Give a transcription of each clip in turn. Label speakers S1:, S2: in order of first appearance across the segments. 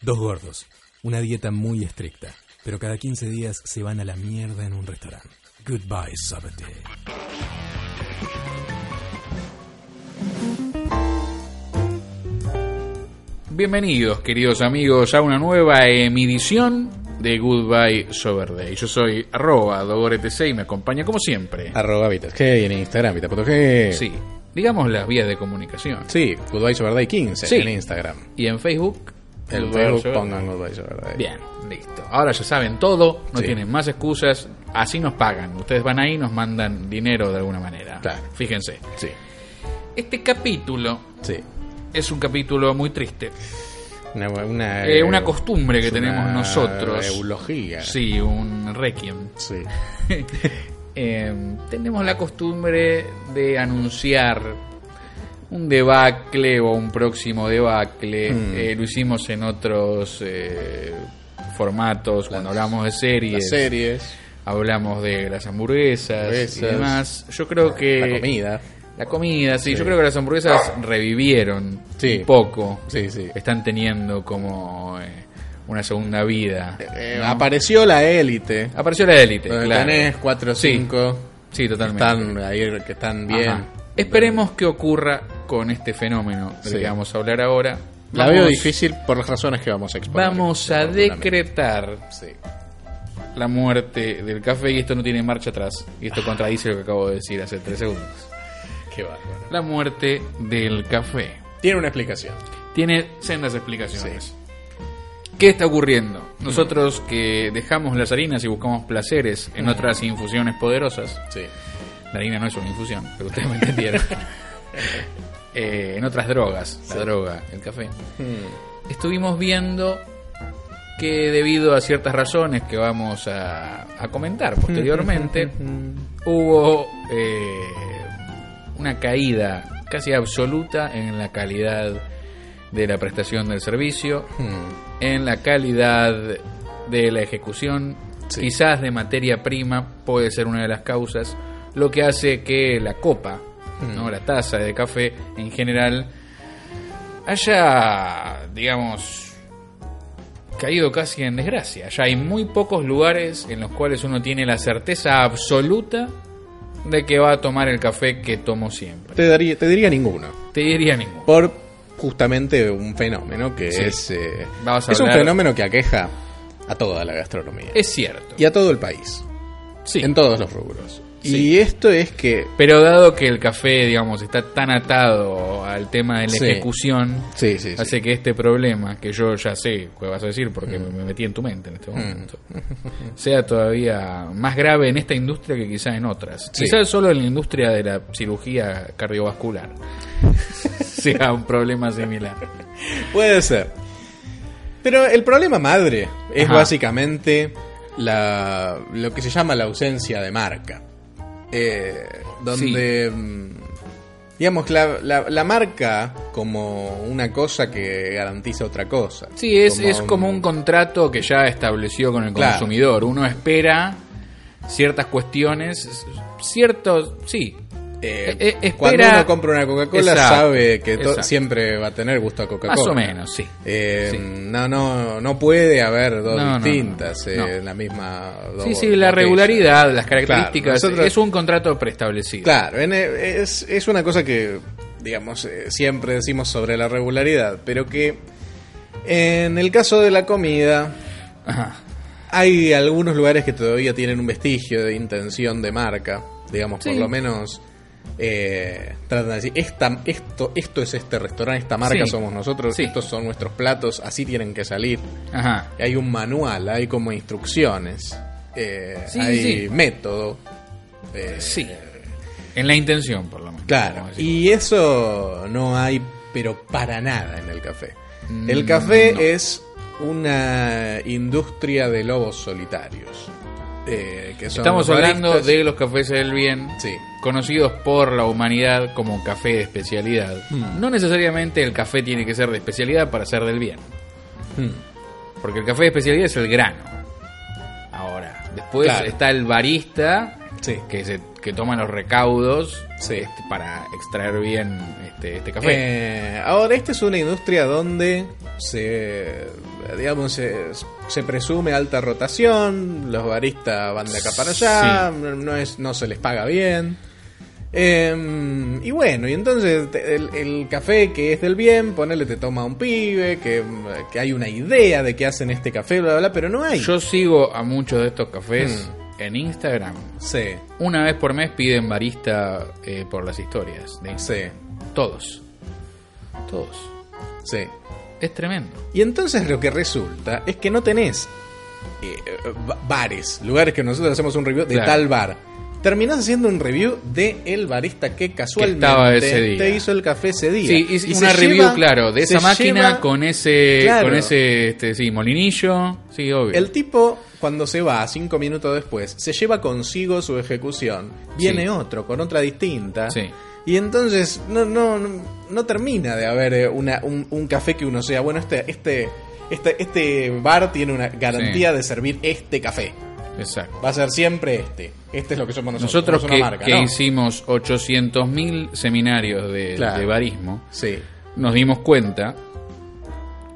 S1: Dos gordos, una dieta muy estricta, pero cada 15 días se van a la mierda en un restaurante. Goodbye, Sabate.
S2: Bienvenidos, queridos amigos, a una nueva emisión de Goodbye Sober Day. Yo soy arroba dogoretc y me acompaña como siempre.
S3: Arroba VitasG en Instagram, Vita.g.
S2: Sí, digamos las vías de comunicación.
S3: Sí, Goodbye Sober Day 15
S2: Sí.
S3: en Instagram.
S2: Y en Facebook.
S3: En
S2: Goodbye
S3: Facebook
S2: Sober
S3: pongan Goodbye Sober Day.
S2: Bien, listo. Ahora ya saben todo, no
S3: Sí.
S2: tienen más excusas, así nos pagan. Ustedes van ahí y nos mandan dinero de alguna manera.
S3: Claro.
S2: Fíjense.
S3: Sí,
S2: Este capítulo
S3: sí.
S2: es un capítulo muy triste.
S3: Una, una,
S2: Eh, una costumbre que
S3: es
S2: tenemos
S3: una
S2: nosotros.
S3: Eulogía.
S2: Sí, un requiem.
S3: Sí.
S2: Eh, tenemos la costumbre de anunciar un debacle o un próximo debacle.
S3: Hmm.
S2: Eh, lo hicimos en otros eh, formatos, cuando hablamos de
S3: Las
S2: series.
S3: series,
S2: Hablamos de las hamburguesas, y
S3: Hamburguesas.
S2: demás. Yo creo que.
S3: la comida.
S2: La comida, sí. Yo creo que las hamburguesas revivieron
S3: Sí.
S2: un poco.
S3: Sí, sí.
S2: Están teniendo como eh, una segunda vida.
S3: Eh, Apareció la élite.
S2: Apareció la élite.
S3: Donde
S2: Eh, claro.
S3: tenés 4 o
S2: Sí.
S3: 5
S2: Sí, totalmente.
S3: están ahí, que están bien.
S2: Ajá. Esperemos que ocurra con este fenómeno del
S3: Sí.
S2: que vamos a hablar ahora.
S3: La
S2: Vamos-
S3: veo difícil por las razones que vamos a exponer.
S2: Vamos a
S3: Seguramente.
S2: decretar
S3: Sí.
S2: la muerte del café y esto no tiene marcha atrás. Y esto contradice lo que acabo de decir hace tres segundos.
S3: Qué bárbaro.
S2: La muerte del café.
S3: Tiene una explicación.
S2: Tiene sendas explicaciones. ¿Qué está ocurriendo? Nosotros que dejamos las harinas y buscamos placeres en otras infusiones poderosas,
S3: Sí.
S2: La harina no es una infusión, pero ustedes me entendieron. Eh, en otras drogas, la droga, el café. Estuvimos viendo que debido a ciertas razones que vamos a, a comentar posteriormente, hubo eh, una caída casi absoluta en la calidad de la prestación del servicio, en la calidad de la ejecución,
S3: Sí.
S2: quizás de materia prima, puede ser una de las causas, lo que hace que la copa, ¿no? la taza de café en general, haya, digamos, caído casi en desgracia. Ya hay muy pocos lugares en los cuales uno tiene la certeza absoluta de que va a tomar el café que tomó siempre.
S3: Te, daría, te diría ninguno.
S2: Te diría ninguno.
S3: Por justamente un fenómeno que
S2: Sí.
S3: es. eh,
S2: Vamos a
S3: es
S2: hablar-
S3: un fenómeno que aqueja a toda la gastronomía.
S2: Es cierto.
S3: Y a todo el país.
S2: Sí.
S3: En todos los rubros.
S2: Sí.
S3: Y esto es que.
S2: Pero dado que el café, digamos, está tan atado al tema de la
S3: Sí.
S2: ejecución,
S3: Sí, sí, Mm. sí.
S2: hace que este problema, que yo ya sé que vas a decir porque me metí en tu mente en este momento, sea todavía más grave en esta industria que quizá en otras.
S3: Sí.
S2: Quizás solo en la industria de la cirugía cardiovascular sea un problema similar.
S3: Puede ser. Pero el problema madre es
S2: Ajá.
S3: básicamente la, lo que se llama la ausencia de marca. Eh, donde, mm, digamos, la, la- la marca como una cosa que garantiza otra cosa.
S2: Sí, es como, es como un contrato que ya estableció con el
S3: Claro.
S2: consumidor. Uno espera ciertas cuestiones, ciertos, sí,
S3: Eh,
S2: Eh, eh,
S3: Cuando
S2: espera-
S3: uno compra una Coca-Cola
S2: Exacto,
S3: sabe que to-
S2: exacto.
S3: siempre va a tener gusto a Coca-Cola.
S2: Más o menos, sí.
S3: Eh,
S2: Sí.
S3: No, no, no puede haber dos
S2: No, no, no,
S3: distintas
S2: no.
S3: eh,
S2: No.
S3: en la misma. do-
S2: Sí, sí, la
S3: botella.
S2: regularidad, las características,
S3: Claro, nosotros-
S2: es un contrato preestablecido.
S3: Claro, en- eh, es, es una cosa que, digamos, eh, siempre decimos sobre la regularidad, pero que en el caso de la comida
S2: Ajá.
S3: hay algunos lugares que todavía tienen un vestigio de intención de marca, digamos, por
S2: Sí.
S3: lo menos eh, tratan de decir, esta, esto, esto es este restaurante, esta marca
S2: Sí.
S3: somos nosotros,
S2: Sí.
S3: estos son nuestros platos, así tienen que salir.
S2: Ajá.
S3: Hay un manual, hay como instrucciones, eh,
S2: Sí,
S3: hay
S2: sí.
S3: método. eh,
S2: Sí. En la intención, por lo menos.
S3: Claro,
S2: vamos a decir.
S3: y eso no hay, pero para nada en el café. El café
S2: Mm, no.
S3: es una industria de lobos solitarios. eh, que son
S2: Estamos
S3: los
S2: hablando
S3: baristas.
S2: de los cafés del bien,
S3: Sí.
S2: conocidos por la humanidad como café de especialidad.
S3: Hmm.
S2: No necesariamente el café tiene que ser de especialidad para ser del bien,
S3: Hmm.
S2: porque el café de especialidad es el grano. Ahora, después
S3: Claro.
S2: está el barista
S3: Sí.
S2: que, se, que toma los recaudos
S3: Sí.
S2: este, para extraer bien este, este café.
S3: Eh, ahora, esta es una industria donde se, digamos, se, se presume alta rotación, los baristas van de acá para allá, no, es, no se les paga bien. Eh, y bueno, y entonces te- el, el café que es del bien, ponele, te toma un pibe, que, que hay una idea de qué hacen este café, bla, bla, bla, pero no hay.
S2: Yo sigo a muchos de estos cafés
S3: Hmm.
S2: en Instagram.
S3: Sí,
S2: Una vez por mes piden barista eh, por las historias. de
S3: sí,
S2: Todos. Todos.
S3: sí.
S2: Es tremendo.
S3: Y entonces lo que resulta es que no tenés eh, ba- bares, lugares que nosotros hacemos un review de
S2: Claro.
S3: tal bar. Terminás haciendo un review de el barista que casualmente
S2: estaba ese día.
S3: te hizo el café ese día.
S2: Sí, hice
S3: Y
S2: una
S3: se
S2: review,
S3: lleva-
S2: claro, de
S3: se
S2: esa máquina
S3: lleva-
S2: con ese,
S3: Claro.
S2: con ese, este, sí, molinillo. Sí, obvio.
S3: El tipo, cuando se va cinco minutos después, se lleva consigo su ejecución. Viene
S2: Sí.
S3: otro con otra distinta.
S2: Sí.
S3: Y entonces no, no, no, no termina de haber eh, una- un, un café que uno sea, bueno, este, este, este, este bar tiene una garantía
S2: Sí.
S3: de servir este café.
S2: Exacto.
S3: Va a ser siempre este. Este es lo que somos nosotros.
S2: Nosotros
S3: somos
S2: que,
S3: una marca,
S2: que
S3: ¿no?
S2: hicimos 800.000 seminarios de,
S3: Claro.
S2: de barismo,
S3: Sí,
S2: nos dimos cuenta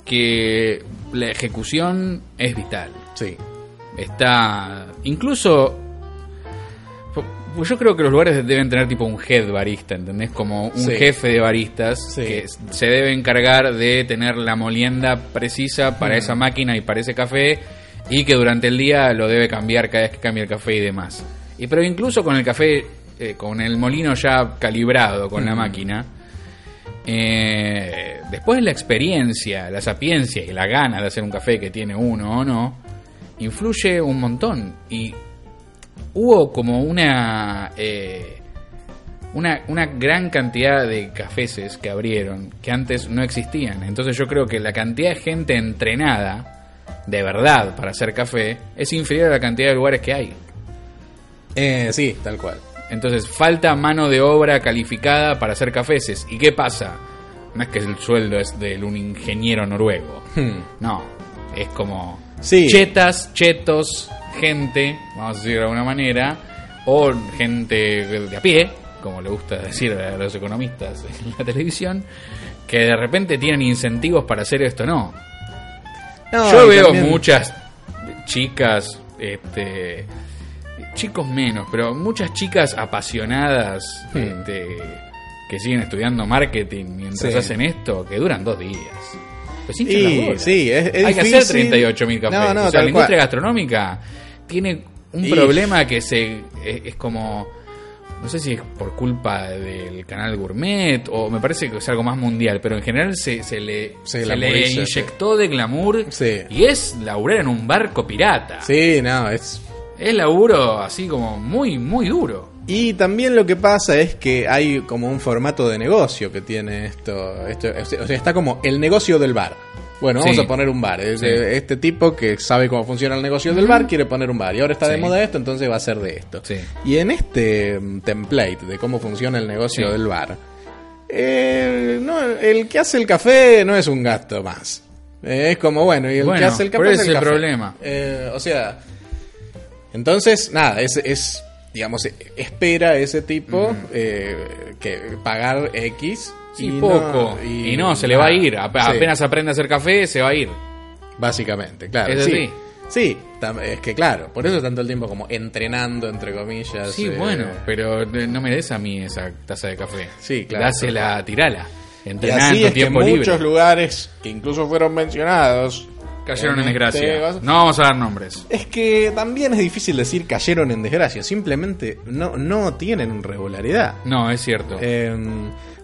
S2: que la ejecución es vital.
S3: sí.
S2: Está. Incluso. pues yo creo que los lugares deben tener tipo un head barista, ¿entendés? Como un
S3: Sí.
S2: jefe de baristas
S3: Sí.
S2: que se debe encargar de tener la molienda precisa para esa máquina y para ese café y que durante el día lo debe cambiar cada vez que cambie el café y demás. Y pero incluso con el café, eh, con el molino ya calibrado con la máquina, eh, después la experiencia, la sapiencia y la gana de hacer un café que tiene uno o no, influye un montón. Y hubo como una, eh, una, una gran cantidad de cafeses que abrieron que antes no existían. Entonces yo creo que la cantidad de gente entrenada, de verdad, para hacer café, es inferior a la cantidad de lugares que hay.
S3: Eh, sí, tal cual.
S2: Entonces falta mano de obra calificada para hacer cafeses. ¿Y qué pasa? No es que el sueldo es de un ingeniero noruego. No, es como
S3: Sí.
S2: chetas, chetos, gente, vamos a decir de alguna manera, o gente de a pie, como le gusta decir a los economistas en la televisión, que de repente tienen incentivos para hacer esto. No,
S3: No,
S2: yo
S3: y
S2: veo
S3: también-
S2: muchas chicas, este, chicos menos, pero muchas chicas apasionadas este, que siguen estudiando marketing mientras
S3: Sí.
S2: hacen esto, que duran dos días. Pues hinchan las
S3: Y,
S2: bolas.
S3: sí, es, es
S2: Hay que
S3: difícil.
S2: hacer 38 mil cafés.
S3: No, no,
S2: o sea,
S3: tal
S2: la industria
S3: cual.
S2: gastronómica tiene un
S3: Y-
S2: problema que se es, es como no sé si es por culpa del canal gourmet o me parece que es algo más mundial, pero en general se, se le,
S3: Se
S2: se le
S3: glamoriza,
S2: inyectó de glamour
S3: Sí.
S2: y es laburar en un barco pirata.
S3: Sí, no, es...
S2: Es laburo así como muy, muy duro.
S3: Y también lo que pasa es que hay como un formato de negocio que tiene esto. esto o sea, está como el negocio del bar. Bueno, vamos
S2: Sí.
S3: a poner un bar. Es
S2: Sí.
S3: de Este tipo que sabe cómo funciona el negocio del bar quiere poner un bar. Y ahora está de
S2: Sí.
S3: moda esto, entonces va a ser de esto.
S2: Sí.
S3: Y en este mm, template de cómo funciona el negocio
S2: Sí.
S3: del bar, eh, no, el que hace el café no es un gasto más. Eh, es como, bueno, y el que
S2: Bueno,
S3: hace el café
S2: pero
S3: es
S2: ese
S3: el
S2: es el
S3: café.
S2: problema.
S3: Eh, o sea, entonces, nada, es, es digamos, eh, espera ese tipo eh, que pagar X.
S2: Sí, poco. y, no, se le va a ir. Ap-
S3: Sí,
S2: Apenas aprende a hacer café, se va a ir.
S3: Básicamente, claro.
S2: Es
S3: sí.
S2: así.
S3: Sí, tam- es que claro, por eso tanto el tiempo como entrenando, entre comillas.
S2: Sí,
S3: eh,
S2: bueno, pero no me des a mí esa taza de café.
S3: Sí, claro.
S2: Dásela, tirala.
S3: Y
S2: Entrenando
S3: así es que
S2: tiempo
S3: muchos
S2: libre.
S3: lugares que incluso fueron mencionados
S2: Cayeron en
S3: este,
S2: desgracia.
S3: vas-
S2: No vamos a dar nombres.
S3: Es que también es difícil decir cayeron en desgracia, simplemente no, no tienen regularidad.
S2: No, es cierto.
S3: Eh,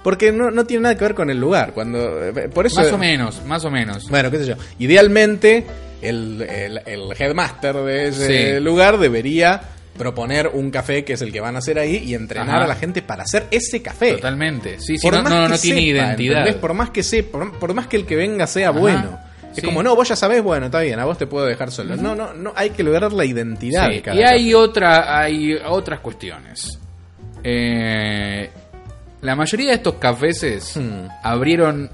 S3: porque no, no tiene nada que ver con el lugar. Cuando, eh, por eso,
S2: más o menos, más o menos.
S3: Bueno, qué sé yo. Idealmente, el, el- el headmaster de ese
S2: Sí.
S3: lugar debería proponer un café que es el que van a hacer ahí y entrenar
S2: Ajá.
S3: a la gente para hacer ese café.
S2: Totalmente. Sí, sí,
S3: Por
S2: no,
S3: más
S2: no,
S3: que
S2: no tiene
S3: sepa,
S2: identidad.
S3: ¿entendés? Por más que sepa, por, por más que el que venga sea
S2: Ajá.
S3: bueno. Es como, no, vos ya sabés, bueno, está bien, a vos te puedo dejar solo. No, no, no, hay que lograr la identidad.
S2: Sí,
S3: de cada
S2: y hay
S3: café.
S2: otra, hay otras cuestiones. Eh, la mayoría de estos cafés
S3: Hmm.
S2: abrieron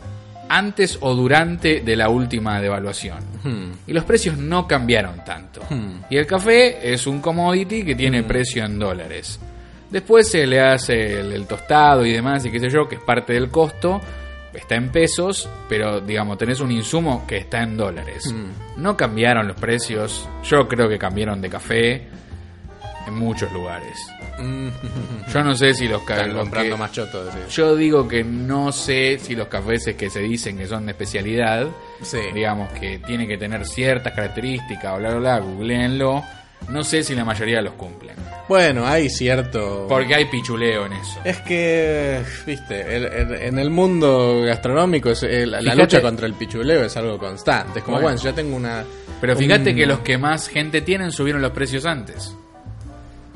S2: antes o durante de la última devaluación.
S3: Hmm.
S2: Y los precios no cambiaron tanto.
S3: Hmm.
S2: Y el café es un commodity que tiene precio en dólares. Después se le hace el, el tostado y demás y qué sé yo, que es parte del costo. Está en pesos, pero digamos, tenés un insumo que está en dólares.
S3: Mm.
S2: No cambiaron los precios. Yo creo que cambiaron de café en muchos lugares.
S3: Mm,
S2: Yo no sé si los ca-
S3: Están
S2: los
S3: comprando
S2: que-
S3: más chotos. sí.
S2: Yo digo que no sé si los cafés que se dicen que son de especialidad,
S3: Sí.
S2: digamos que tienen que tener ciertas características, bla, bla, bla, googleenlo. No sé si la mayoría los cumplen.
S3: Bueno, hay cierto.
S2: Porque hay pichuleo en eso.
S3: Es que, viste, el- el- en el mundo gastronómico es, el- la
S2: Fíjate-
S3: lucha contra el pichuleo es algo constante. Es como,
S2: Bueno.
S3: bueno, si yo tengo una.
S2: Pero fíjate
S3: un-
S2: que los que más gente tienen subieron los precios antes.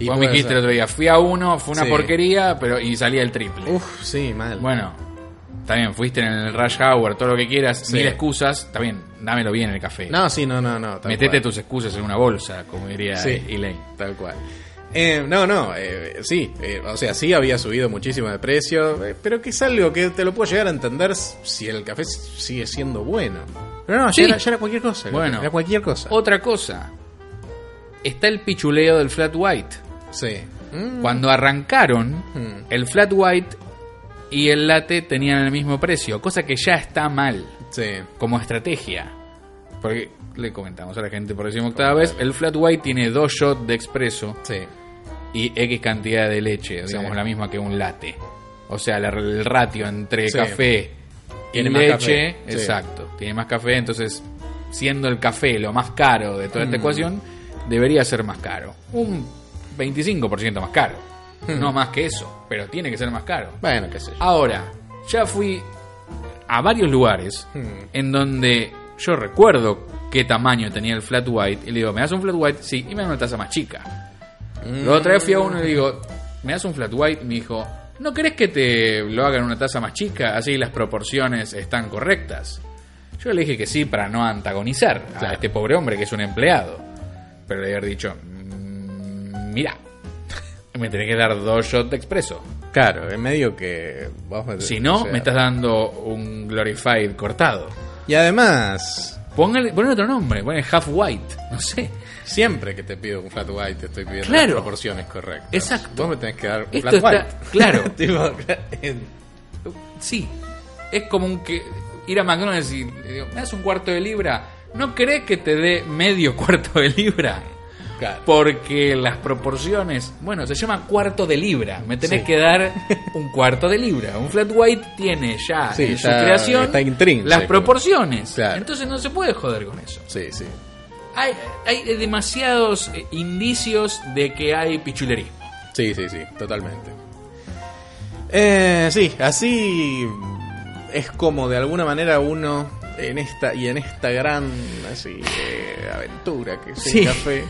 S3: y
S2: Vos me
S3: puede
S2: dijiste el
S3: ser.
S2: otro día, fui a uno, fue una
S3: Sí.
S2: porquería, pero y salía el triple.
S3: Uf, sí, mal.
S2: Bueno, está bien, fuiste en el rush hour, todo lo que quieras,
S3: Sí.
S2: mil excusas, está bien, dámelo bien el café.
S3: No, sí, no, no, no. tal
S2: Metete
S3: cual.
S2: tus excusas en una bolsa, como diría
S3: Sí.
S2: Elaine.
S3: Tal cual. Eh, no, no, eh, sí, eh, o sea, sí había subido muchísimo de precio, eh, pero que es algo que te lo puedo llegar a entender si el café s- sigue siendo bueno. Pero no,
S2: Sí.
S3: ya, era, ya era cualquier cosa.
S2: Bueno.
S3: Era cualquier cosa.
S2: Otra cosa. Está el pichuleo del flat white.
S3: Sí. Mm,
S2: Cuando arrancaron,
S3: Mm.
S2: el flat white y el latte tenían el mismo precio, cosa que ya está mal
S3: sí.
S2: como estrategia. Porque le comentamos a la gente por decimos octava vez, el flat white tiene dos shots de expreso
S3: Sí.
S2: y X cantidad de leche, digamos
S3: Sí.
S2: la misma que un latte. O sea, la- el ratio entre
S3: Sí.
S2: café y
S3: Tiene más
S2: leche,
S3: café, sí.
S2: exacto, tiene más café, entonces siendo el café lo más caro de toda
S3: Mm.
S2: esta ecuación, debería ser más caro. Un 25% más caro.
S3: Mm.
S2: No más que eso, pero tiene que ser más caro.
S3: Bueno, qué sé yo.
S2: Ahora, ya fui a varios lugares
S3: Hmm.
S2: en donde yo recuerdo qué tamaño tenía el flat white y le digo, ¿me das un flat white? Sí, y me da una taza más chica. La otra vez fui a uno y le digo, ¿me das un flat white? Y me dijo, ¿no querés que te lo hagan una taza más chica? Así las proporciones están correctas. Yo le dije que sí para no antagonizar a
S3: Claro.
S2: este pobre hombre que es un empleado. Pero le haber dicho, "Mm, mira, me tenés que dar dos shots de expreso.
S3: Claro, en medio que. vos me-
S2: Si no,
S3: o sea,
S2: me estás dando un glorified cortado.
S3: Y además,
S2: Póngale, ponle otro nombre, ponle half white, no sé.
S3: siempre que te pido un flat white, te estoy pidiendo
S2: Claro.
S3: las proporciones correctas.
S2: Exacto.
S3: Vos me tenés que dar un
S2: Esto
S3: flat
S2: está-
S3: white.
S2: claro.
S3: Tipo, en-
S2: Sí, es como un que ir a McDonald's y le digo, me das un cuarto de libra, ¿no crees que te dé medio cuarto de libra?
S3: claro.
S2: Porque las proporciones, bueno, se llama cuarto de libra, me tenés
S3: Sí.
S2: que dar un cuarto de libra. Un flat white tiene ya
S3: Sí,
S2: en
S3: está-
S2: su creación
S3: está intrínseco.
S2: las proporciones.
S3: Claro.
S2: Entonces no se puede joder con eso.
S3: Sí, sí.
S2: Hay, hay demasiados eh, indicios de que hay pichulerismo.
S3: Sí, sí, sí, totalmente. Eh, sí, así es como de alguna manera uno en esta y en esta gran así eh, aventura que es el
S2: Sí.
S3: café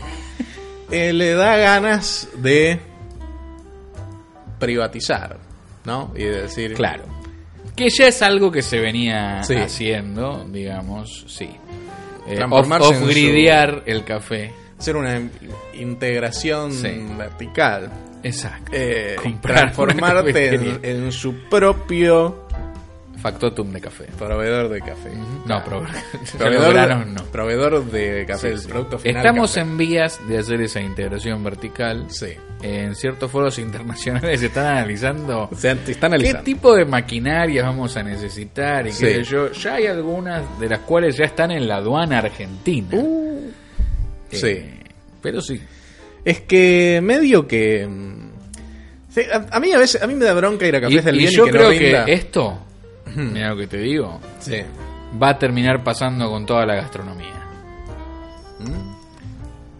S3: eh, le da ganas de privatizar, ¿no? Y de decir
S2: Claro. Que ya es algo que se venía
S3: Sí.
S2: haciendo, digamos, sí. Eh, off,
S3: Transformarse en
S2: gridear el café.
S3: hacer una integración
S2: Sí.
S3: vertical,
S2: Exacto.
S3: eh, y
S2: Comprar una
S3: transformarte en,
S2: cafetería.
S3: en su propio
S2: Eh, Factotum de café.
S3: proveedor de café.
S2: No, pero
S3: Proveedor,
S2: lograron, no.
S3: proveedor de café,
S2: Sí,
S3: el
S2: sí.
S3: producto final.
S2: Estamos
S3: café.
S2: en vías de hacer esa integración vertical.
S3: Sí.
S2: En ciertos foros internacionales se están analizando
S3: O sea, te están
S2: ¿Qué
S3: analizando.
S2: tipo de maquinarias vamos a necesitar? Y qué
S3: Sí.
S2: sé yo, ya hay algunas de las cuales ya están en la aduana argentina. Eh,
S3: Uh, sí.
S2: Pero sí.
S3: Es que medio que. mm, sí, a, a mí a veces a mí me da bronca ir a
S2: Y,
S3: cafés del
S2: y
S3: bien y
S2: yo
S3: que no
S2: creo
S3: rinda.
S2: que esto, mira lo que te digo,
S3: Sí.
S2: va a terminar pasando con toda la gastronomía.
S3: Mm.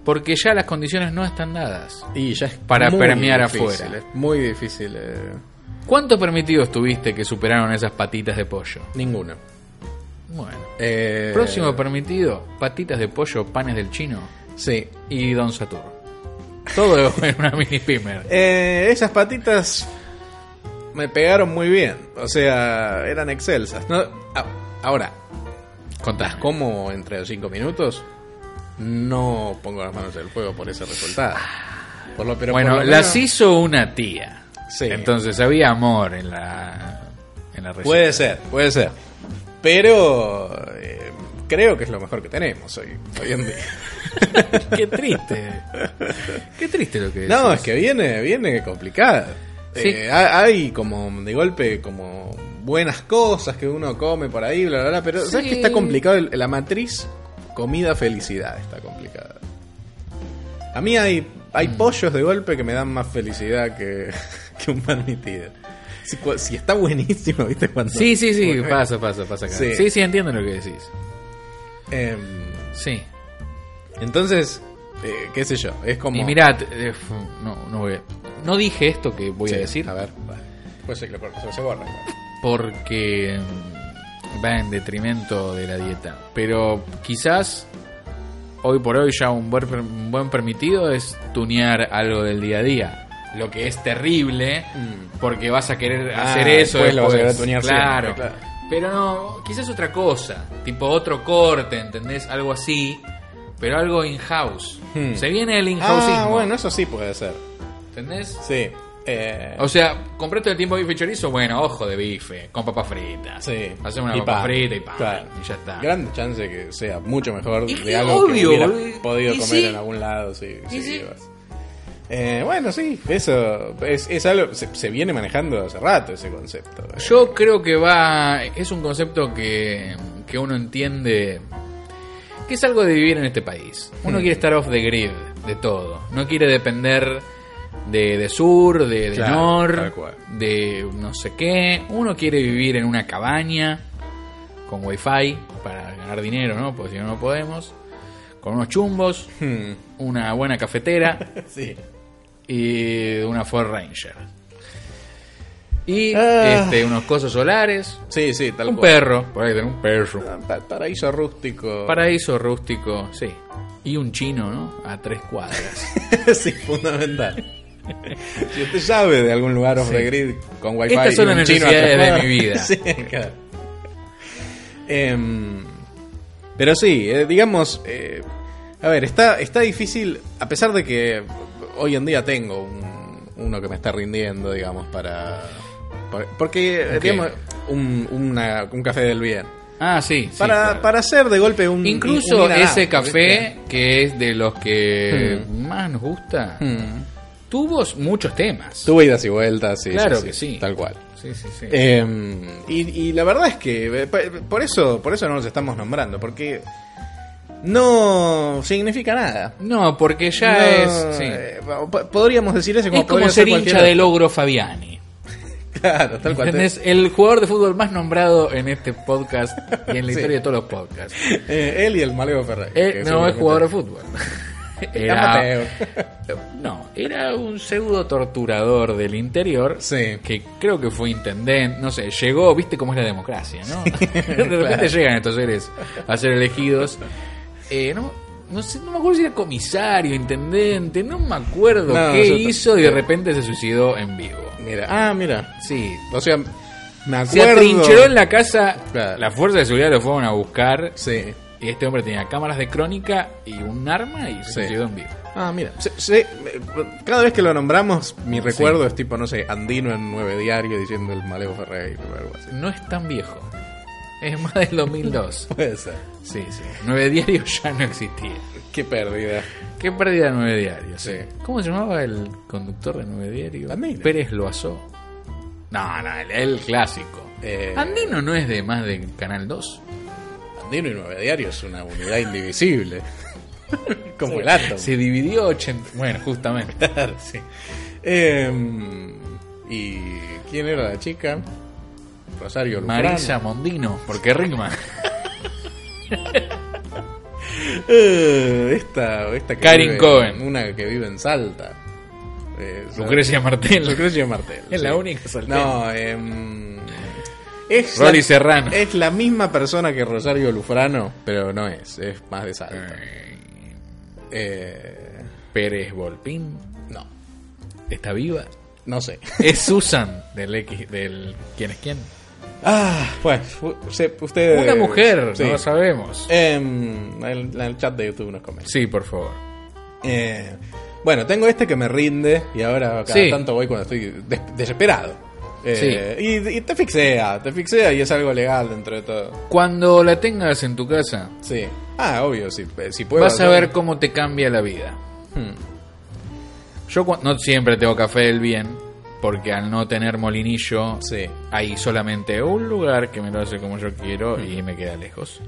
S2: Porque ya las condiciones no están dadas.
S3: Y ya es
S2: Para
S3: muy
S2: permear
S3: difícil,
S2: afuera.
S3: es muy difícil. eh,
S2: ¿Cuántos permitidos tuviste que superaron esas patitas de pollo?
S3: ninguno.
S2: Bueno.
S3: Eh,
S2: Próximo permitido, patitas de pollo, panes del chino
S3: Sí.
S2: y Don Satur. Todo en una mini pimer.
S3: Eh, esas patitas me pegaron muy bien. O sea, eran excelsas. No, a- Ah, ahora, Contás cómo entre los 5 minutos no pongo las manos en el fuego por ese resultado. Por lo, pero
S2: bueno,
S3: por lo
S2: las
S3: menos-
S2: hizo una tía.
S3: Sí.
S2: Entonces había amor en la, en la receta.
S3: Puede ser, puede ser. Pero eh, creo que es lo mejor que tenemos hoy, hoy en día.
S2: Qué triste. Qué triste lo que es.
S3: No, es que viene, viene complicada.
S2: Sí.
S3: Eh, ha- hay como de golpe como buenas cosas que uno come por ahí, bla bla bla, pero sabes
S2: Sí.
S3: que está complicado El- la matriz comida felicidad está complicada. A mí hay hay
S2: Mm.
S3: pollos de golpe que me dan más felicidad que, que un pan mitido. Si, cu- si está buenísimo, ¿viste? Cuando,
S2: Sí, sí, sí,
S3: bueno,
S2: pasa, pasa, pasa. acá. Sí.
S3: Sí.
S2: sí, entiendo lo que decís.
S3: em,
S2: Sí.
S3: entonces, eh, qué sé yo, es como...
S2: Y mirad, eh, f- no, no voy a- No dije esto que voy
S3: Sí,
S2: a decir.
S3: A ver, vale. Pues sí que lo corto, se borra.
S2: porque mm, va en detrimento de la dieta. Pero quizás hoy por hoy ya un buen, per- un buen permitido es tunear algo del día a día. Lo que es terrible, porque vas a querer
S3: Mm. Ah,
S2: hacer eso.
S3: después lo vas a
S2: después.
S3: querer tunear
S2: claro.
S3: siempre, claro.
S2: Pero no, quizás otra cosa, tipo otro corte, ¿entendés? Algo así, pero algo in-house.
S3: Hmm.
S2: Se viene el in-houseismo,
S3: Ah, bueno, eso sí puede ser.
S2: ¿entendés?
S3: Sí. Eh,
S2: O sea, compraste el tiempo bife y chorizo, bueno, ojo de bife, con papas fritas.
S3: sí.
S2: Hacemos una
S3: Y
S2: papa
S3: pan.
S2: frita y pan.
S3: Claro.
S2: Y ya está.
S3: Grande chance que sea mucho mejor
S2: Y- y
S3: de algo que
S2: obvio,
S3: hubieras
S2: boludo.
S3: podido
S2: Y
S3: comer
S2: sí.
S3: en algún lado. Sí,
S2: Y
S3: sí,
S2: sí.
S3: vas. Eh, bueno, sí, eso es, es algo se, se viene manejando hace rato ese concepto. eh.
S2: Yo creo que va. Es un concepto que, que uno entiende. Que es algo de vivir en este país. Uno
S3: Hmm.
S2: quiere estar off the grid de todo. No quiere depender de, de sur, de, de
S3: Claro, tal
S2: nor,
S3: cual.
S2: de no sé qué. Uno quiere vivir en una cabaña con wifi para ganar dinero, ¿no? Porque si no, no podemos. Con unos chumbos,
S3: Hmm,
S2: una buena cafetera.
S3: sí.
S2: y una Ford Ranger. Y
S3: Ah.
S2: este, unos cosos solares.
S3: Sí, sí, tal
S2: un
S3: cual.
S2: perro, por ahí tener un perro.
S3: Ah, pa- Paraíso rústico.
S2: Paraíso rústico, sí. Y un chino, ¿no? A tres cuadras.
S3: sí, fundamental. si usted sabe de algún lugar off the grid con wifi
S2: Estas son
S3: y un
S2: las
S3: chino
S2: necesidades de
S3: atrapado.
S2: mi vida.
S3: Sí, claro. Em, pero sí, eh, digamos, eh, a ver, está, está difícil, a pesar de que hoy en día tengo un- uno que me está rindiendo, digamos, para... por- Porque, eh,
S2: ¿Un qué?
S3: digamos, un, una- un café del bien.
S2: Ah, sí. sí,
S3: para,
S2: claro.
S3: para hacer de golpe un...
S2: Incluso
S3: un- un
S2: ese
S3: inalámbrico,
S2: café, que es de los que
S3: Hmm.
S2: más nos gusta,
S3: ¿viste? Mm.
S2: tuvo muchos temas.
S3: Tuvo idas y vueltas, sí.
S2: Claro que sí.
S3: Tal cual.
S2: Sí, sí, sí.
S3: Eh,
S2: Em,
S3: y, y la verdad es que eh, pa- por eso, por eso no los estamos nombrando, porque no significa nada.
S2: no, porque ya
S3: No,
S2: es. sí.
S3: eh, po- podríamos decir eso como
S2: Es como
S3: podría
S2: ser hincha
S3: cualquier
S2: del ogro Fabiani.
S3: otro. Claro, tal cual.
S2: ¿Entendés? El jugador de fútbol más nombrado en este podcast y en la historia de todos los podcasts.
S3: Eh, él y el Maleo Ferrer.
S2: Eh,
S3: que
S2: no es
S3: seguramente-
S2: jugador de fútbol. Ah. Era,
S3: Amateur.
S2: no, era un pseudo torturador del interior
S3: Sí.
S2: que creo que fue intendente, no sé, llegó, viste cómo es la democracia, ¿no? de repente llegan estos seres a ser elegidos. Eh, no, no sé, no me acuerdo si era comisario, intendente, no me acuerdo
S3: No,
S2: qué
S3: yo t-
S2: hizo y de repente se suicidó en vivo.
S3: Mira, ah, mira.
S2: Sí,
S3: O sea, me
S2: Se
S3: acuerdo.
S2: atrincheró en la casa.
S3: Claro.
S2: La fuerza de seguridad lo fueron a buscar.
S3: Sí.
S2: Y este hombre tenía cámaras de crónica y un arma y se
S3: Sí.
S2: suicidó en vivo.
S3: Ah, mira. Se- se- cada vez que lo nombramos, mi recuerdo es tipo, no sé, Andino en Nueve Diario diciendo el Maleo Ferrer o algo así.
S2: No es tan viejo. Es más del 2002.
S3: Puede ser.
S2: sí, sí. Nueve diarios ya no existía.
S3: Qué pérdida.
S2: Qué pérdida de nueve diarios.
S3: Sí.
S2: ¿Cómo se llamaba el conductor de nueve diarios?
S3: Andino.
S2: Pérez Loazó. No, no, el, el clásico.
S3: Eh,
S2: Andino no es de más de Canal 2.
S3: Andino y Nueve Diario es una unidad indivisible. Como el átomo.
S2: Se dividió 80. Bueno, justamente.
S3: Sí. Em, ¿Y quién era la chica? Rosario Luján.
S2: Marisa Mondino, porque rima.
S3: Eh, esta, esta que
S2: Karin
S3: vive-
S2: Cohen.
S3: Una que vive en Salta. Eh, ¿sabes?
S2: Lucrecia Martel.
S3: Lucrecia Martel.
S2: Es
S3: sí.
S2: la única salteña.
S3: No, em, es
S2: Rolly
S3: la-
S2: Serrano.
S3: Es la misma persona que Rosario Lufrano, pero no es, es más de Salta.
S2: Eh,
S3: Eh,
S2: Pérez Volpín
S3: no,
S2: está viva.
S3: no sé.
S2: Es Susan del X del quién es quién.
S3: Ah, pues, se- ustedes.
S2: Una mujer,
S3: Eh, sí.
S2: no lo sabemos.
S3: Em, en el chat de YouTube nos comenta.
S2: Sí, por favor.
S3: Eh, bueno, tengo este que me rinde y ahora cada
S2: Sí.
S3: tanto voy cuando estoy des- desesperado. Eh, y, y te fixea, te fixea y es algo legal dentro de todo.
S2: Cuando la tengas en tu casa,
S3: Sí. Ah, obvio, si, si puedo.
S2: vas a
S3: hacer- Hmm.
S2: ver cómo te cambia la vida. Yo cua- no siempre tengo café del bien, porque al no tener molinillo,
S3: Sí.
S2: hay solamente un lugar que me lo hace como yo quiero y me queda lejos.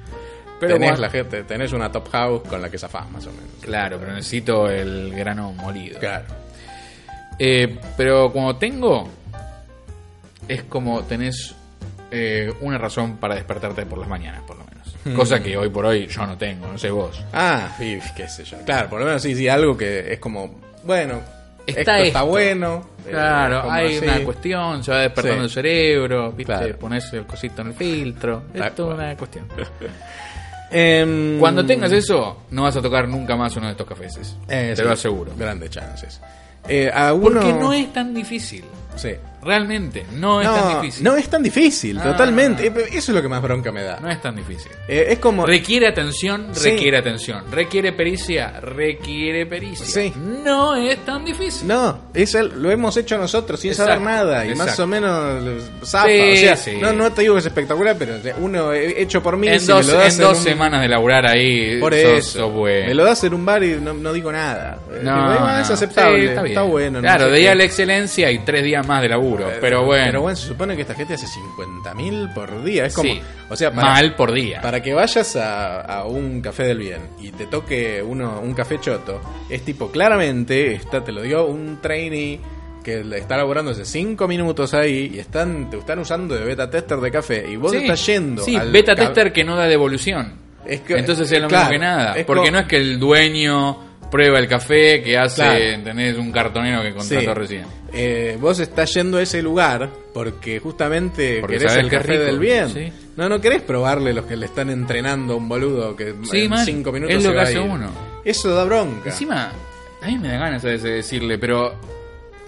S2: Pero
S3: Hmm. tenés,
S2: bueno,
S3: la gente, tenés una top house con la que zafás, más o menos.
S2: claro, pero necesito el grano molido.
S3: Claro.
S2: Eh, pero cuando tengo, es como tenés eh, una razón para despertarte por las mañanas, por lo menos.
S3: Mm.
S2: Cosa que hoy por hoy yo no tengo, no sé vos.
S3: Ah, y qué sé yo. Claro, por lo menos sí, sí, algo que es como, bueno,
S2: Está
S3: esto está
S2: esto.
S3: bueno. eh,
S2: Claro,
S3: como
S2: hay
S3: así.
S2: una cuestión, se va despertando
S3: Sí.
S2: el cerebro, ¿viste?
S3: Claro.
S2: pones el cosito en el filtro,
S3: Tal
S2: es toda
S3: cual.
S2: una cuestión.
S3: Em,
S2: Cuando tengas eso, no vas a tocar nunca más uno de estos cafés,
S3: eh,
S2: te
S3: sí,
S2: lo aseguro.
S3: Grandes chances. Eh, a uno,
S2: Porque no es tan difícil,
S3: Sí.
S2: realmente, no es
S3: no,
S2: tan difícil.
S3: no es tan difícil,
S2: Ah.
S3: totalmente. Eh, Eso es lo que más bronca me da.
S2: No es tan difícil.
S3: Eh, es como.
S2: Requiere atención,
S3: Sí.
S2: requiere atención. Requiere pericia, requiere pericia.
S3: Sí.
S2: No es tan difícil.
S3: No, es el- lo hemos hecho nosotros sin
S2: Exacto,
S3: saber nada y más
S2: exacto.
S3: o menos zafa.
S2: Sí,
S3: o sea,
S2: sí.
S3: no, no te digo que es espectacular, pero uno eh, hecho por mí.
S2: en
S3: si me
S2: dos,
S3: lo das
S2: en dos
S3: un-
S2: semanas de laburar ahí,
S3: Por
S2: sos-
S3: eso.
S2: sos bueno.
S3: Me lo das en un bar y no, no digo nada. Eh, digo,
S2: No,
S3: "Eh, bueno, es
S2: no.
S3: aceptable,
S2: Sí,
S3: está,
S2: bien.
S3: bueno. no
S2: Claro,
S3: sé
S2: de ahí
S3: qué". Eh,
S2: a la excelencia y tres días más de laburo. pero bueno,
S3: Pero bueno, se supone que esta gente hace 50.000 por día. Es como.
S2: Sí.
S3: O sea, para,
S2: mal por día.
S3: para que vayas a, a un café del bien y te toque uno un café choto, es tipo, claramente, está, te lo dio un trainee que le está laburando hace 5 minutos ahí y están, te están usando de beta tester de café y vos
S2: Sí.
S3: estás yendo.
S2: Sí,
S3: al
S2: beta
S3: ca-
S2: tester que no da devolución.
S3: Es que-
S2: Entonces es lo
S3: claro,
S2: mismo que nada.
S3: es
S2: porque
S3: como-
S2: no es que el dueño prueba el café que hace,
S3: Claro.
S2: ¿entendés? Un cartonero que contrató
S3: Sí.
S2: recién.
S3: Eh, vos estás yendo a ese lugar porque justamente
S2: Porque
S3: querés
S2: sabés
S3: el
S2: que es
S3: café
S2: rico,
S3: del bien.
S2: sí.
S3: No, no querés probarle los que le están entrenando a un boludo que
S2: Sí,
S3: en
S2: man,
S3: cinco minutos
S2: es lo
S3: se
S2: que
S3: va a
S2: hace
S3: ir.
S2: uno.
S3: Eso da bronca.
S2: Encima, a mí me da ganas a veces de decirle, pero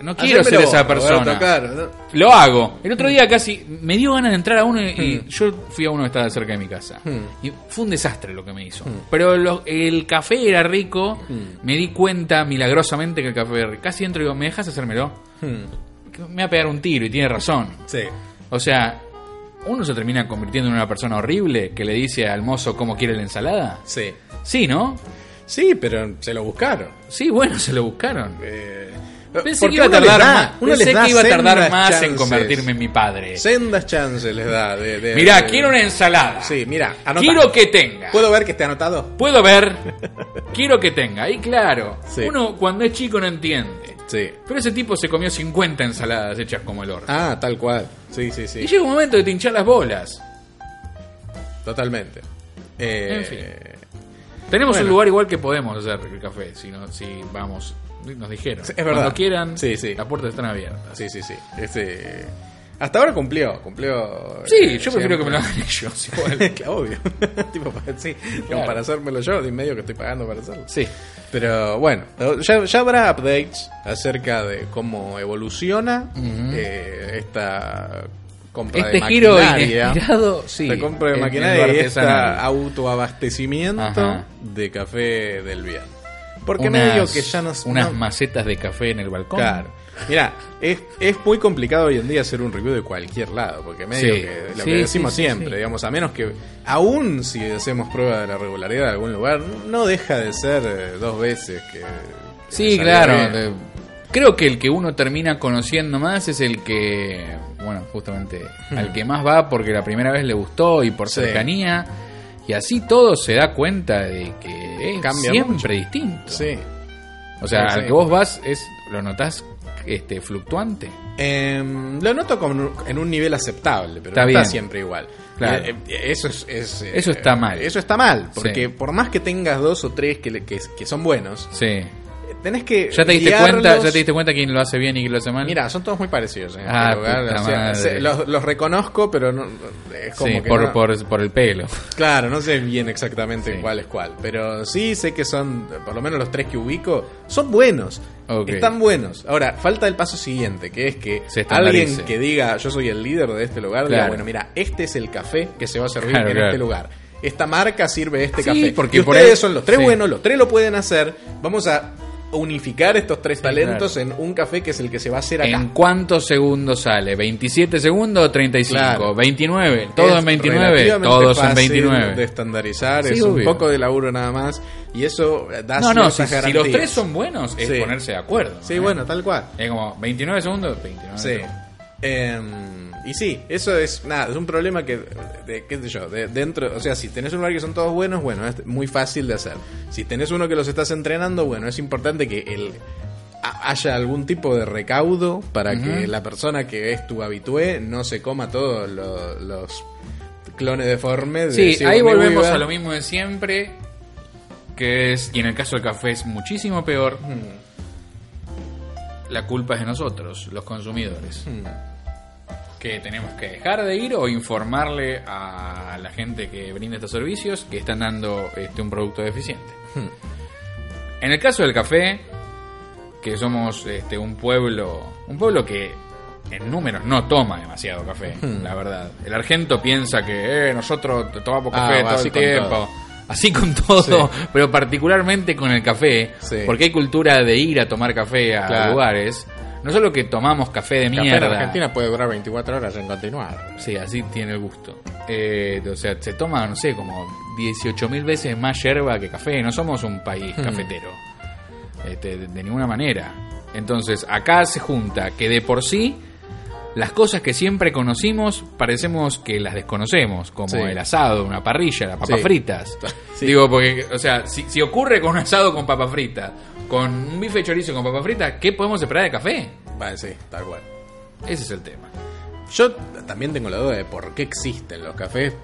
S2: no
S3: Hacémelo
S2: quiero ser
S3: vos,
S2: esa
S3: lo voy a Hmm.
S2: persona.
S3: tocar, ¿no?
S2: Lo hago. El otro día casi me dio ganas de entrar a uno y, y
S3: Hmm.
S2: yo fui a uno que estaba cerca de mi casa. Y fue un desastre lo que me hizo.
S3: Hmm.
S2: Pero lo- el café era rico. Me di cuenta milagrosamente que el café era rico. Casi entro y digo, ¿me dejas hacérmelo?
S3: Hmm,
S2: Que Me va a pegar un tiro y tiene razón.
S3: Sí.
S2: O sea, uno se termina convirtiendo en una persona horrible que le dice al mozo cómo quiere la ensalada.
S3: Sí.
S2: Sí, ¿no?
S3: Sí, pero se lo buscaron.
S2: Sí, bueno, se lo buscaron.
S3: Eh,
S2: Pensé
S3: porque
S2: que iba a
S3: uno les
S2: tardar
S3: da-
S2: más.
S3: uno
S2: Pensé
S3: les da
S2: que iba a
S3: sendas
S2: tardar más en
S3: chances.
S2: convertirme en mi padre.
S3: Sendas chances les da. De, de-
S2: Mirá,
S3: de-
S2: quiero una ensalada.
S3: Sí, mira,
S2: Quiero que tenga. Puedo,
S3: ¿Puedo ver que esté anotado?
S2: ver. quiero que tenga. Y claro,
S3: Sí.
S2: uno cuando es chico no entiende.
S3: Sí.
S2: Pero ese tipo se comió 50 ensaladas hechas como el horno.
S3: Ah, tal cual. Sí, sí, sí.
S2: Y llega un momento de te hinchar las bolas.
S3: Totalmente. Eh,
S2: En Tenemos
S3: Bueno.
S2: un lugar igual que podemos hacer el café. Si, no, si vamos, nos dijeron.
S3: Sí, es verdad.
S2: Cuando quieran,
S3: Sí, sí.
S2: las puertas están abiertas.
S3: Sí, sí, sí. Este, hasta ahora cumplió, cumplió.
S2: Sí,
S3: eh,
S2: yo prefiero que me lo
S3: siempre.
S2: hagan ellos igual.
S3: Claro, Obvio. tipo, para, sí, como
S2: Claro.
S3: para hacérmelo yo, de medio que estoy pagando para hacerlo.
S2: sí.
S3: Pero bueno, ya, ya habrá updates acerca de cómo evoluciona eh, esta compra
S2: Este
S3: de
S2: giro
S3: maquinaria.
S2: inesperado, sí.
S3: Esta compra de
S2: en- en
S3: maquinaria
S2: lo
S3: y este
S2: artesanal.
S3: autoabastecimiento
S2: Ajá.
S3: de café del bien. Porque
S2: Unas-
S3: medio que ya nos,
S2: Unas
S3: no-
S2: macetas de café en el balcón.
S3: Claro. Mira, es, es muy complicado hoy en día hacer un review de cualquier lado, porque medio
S2: Sí.
S3: que lo
S2: Sí,
S3: que decimos
S2: sí, sí,
S3: siempre,
S2: sí.
S3: digamos, a menos que, aún si hacemos prueba de la regularidad de algún lugar, no deja de ser eh, dos veces que. que
S2: Sí,
S3: salió
S2: claro.
S3: bien.
S2: de- creo que el que uno termina conociendo más es el que, bueno, justamente, al que más va porque la primera vez le gustó y por
S3: Hmm. Sí.
S2: cercanía. Y así todo se da cuenta de que es
S3: Cambia
S2: siempre
S3: mucho.
S2: distinto.
S3: Sí.
S2: O sea,
S3: Sí,
S2: al
S3: sí.
S2: que vos vas es lo notás este, fluctuante.
S3: Em, lo noto como en un- en un nivel aceptable, pero
S2: Está
S3: no está
S2: bien.
S3: siempre igual.
S2: Claro.
S3: Eh, eh, Eso es, es, eh,
S2: Eso está mal.
S3: Eso está mal, porque
S2: Sí.
S3: por más que tengas dos o tres que, le- que- que son buenos,
S2: Sí.
S3: Tenés que.
S2: ¿Ya te diste
S3: guiarlos.
S2: cuenta? ¿Ya te diste cuenta quién lo hace bien y quién lo hace mal?
S3: Mira, son todos muy parecidos. en
S2: Ah,
S3: este lugar,
S2: puta
S3: o sea,
S2: madre.
S3: se- los, los reconozco, pero no, es como
S2: sí,
S3: que
S2: por,
S3: no-
S2: por, por el pelo.
S3: Claro, no sé bien exactamente
S2: Sí.
S3: cuál es cuál, pero sí sé que son, por lo menos los tres que ubico, son buenos.
S2: Ok.
S3: Están buenos. Ahora, falta el paso siguiente, que es que
S2: Se estandarice.
S3: alguien que diga yo soy el líder de este lugar, diga,
S2: Claro.
S3: bueno, mira, este es el café que se va a servir
S2: Claro,
S3: en
S2: claro.
S3: este lugar. Esta marca sirve este
S2: Sí,
S3: café.
S2: porque
S3: Y
S2: por
S3: ustedes
S2: ahí-
S3: son los tres
S2: sí.
S3: buenos, los tres lo pueden hacer. Vamos a unificar estos tres talentos en un café que es el que se va a hacer acá.
S2: ¿En cuántos segundos sale? ¿27 segundos o 35?
S3: Claro.
S2: ¿29? ¿Todos
S3: Es
S2: en 29?
S3: relativamente
S2: Todos en
S3: fácil
S2: 29.
S3: De estandarizar,
S2: Sí,
S3: es
S2: obvio.
S3: un poco de laburo nada más. Y eso da
S2: No, no, si,
S3: ciertas
S2: si los
S3: garantías.
S2: tres son buenos, es
S3: Sí.
S2: ponerse de acuerdo. ¿eh?
S3: Sí, bueno, tal cual.
S2: Es como 29 segundos, 29
S3: Sí.
S2: segundos.
S3: Em, y sí, eso es nada, es un problema que, de- qué sé yo, de- dentro, o sea, si tenés un lugar que son todos buenos, bueno, es muy fácil de hacer. Si tenés uno que los estás entrenando, bueno, es importante que el, ha- haya algún tipo de recaudo para que la persona que es tu habitué no se coma todos lo- los clones deformes. de
S2: Sí, ahí
S3: Sigourney
S2: volvemos
S3: Weaver.
S2: a lo mismo de siempre, que es, y en el caso del café es muchísimo peor,
S3: Mm.
S2: la culpa es de nosotros, los
S3: Mm.
S2: consumidores. Que tenemos que dejar de ir o informarle a la gente que brinda estos servicios que están dando este, un producto deficiente.
S3: Hmm.
S2: En el caso del café, que somos este, un pueblo, un pueblo que en números no toma demasiado café,
S3: Hmm.
S2: la verdad. El argento piensa que eh, nosotros tomamos
S3: Ah,
S2: café
S3: va,
S2: todo
S3: así
S2: el
S3: con
S2: tiempo.
S3: todo.
S2: Así con todo, pero particularmente con el café,
S3: Sí.
S2: porque hay cultura de ir a tomar café a
S3: Claro.
S2: lugares. No solo que tomamos café de
S3: Café en
S2: mierda.
S3: Argentina puede durar 24 horas en continuar.
S2: Sí, así tiene el gusto. Eh, o sea, se toma, no sé, como 18.000 veces más yerba que café. No somos un país
S3: Hmm.
S2: cafetero. Este, de, de ninguna manera. Entonces, acá se junta que de por sí, las cosas que siempre conocimos, parecemos que las desconocemos. Como
S3: Sí.
S2: el asado, una parrilla, las papas
S3: Sí.
S2: fritas. Digo, porque, o sea, si, si ocurre con un asado con papas fritas, con un bife de chorizo con papas fritas, ¿qué podemos esperar de café?
S3: Vale, sí, tal cual.
S2: Ese es el tema.
S3: Yo también tengo la duda de por qué existen los cafés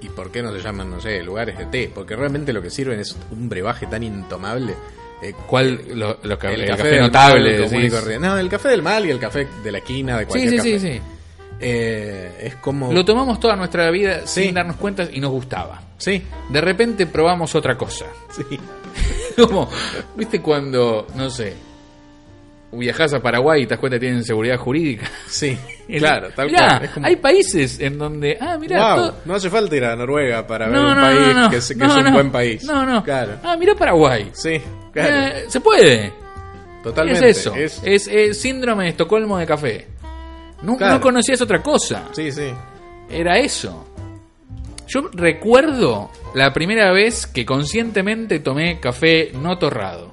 S3: y por qué no se llaman, no sé, lugares de té. Porque realmente lo que sirven es un brebaje tan intomable. eh,
S2: ¿Cuál? Lo, lo que- el, café,
S3: del
S2: notable.
S3: pueblo común y
S2: decís.
S3: corriente. No, el café del mal y el café de la esquina, de
S2: Sí,
S3: cualquier
S2: sí, sí,
S3: café.
S2: sí.
S3: Eh, es como...
S2: Lo tomamos toda nuestra vida
S3: Sí.
S2: sin darnos cuenta y nos gustaba.
S3: Sí,
S2: De repente probamos otra cosa.
S3: sí.
S2: Como, ¿viste cuando, no sé, viajás a Paraguay y te das cuenta que tienen seguridad jurídica?
S3: Sí, claro, tal
S2: Mirá,
S3: cual. Es como,
S2: hay países en donde, ah, mirá,
S3: wow,
S2: todo-
S3: no hace falta ir a Noruega para ver
S2: No,
S3: un
S2: no,
S3: país
S2: no, no,
S3: que, se- que
S2: no,
S3: es un
S2: no.
S3: buen país.
S2: No, no.
S3: Claro,
S2: Ah, mirá Paraguay.
S3: sí, claro.
S2: Eh, se puede.
S3: totalmente.
S2: Es eso. Es, eh, síndrome de Estocolmo de café. No,
S3: Claro.
S2: no conocías otra cosa.
S3: Sí, sí.
S2: Era eso. Yo recuerdo la primera vez que conscientemente tomé café no torrado.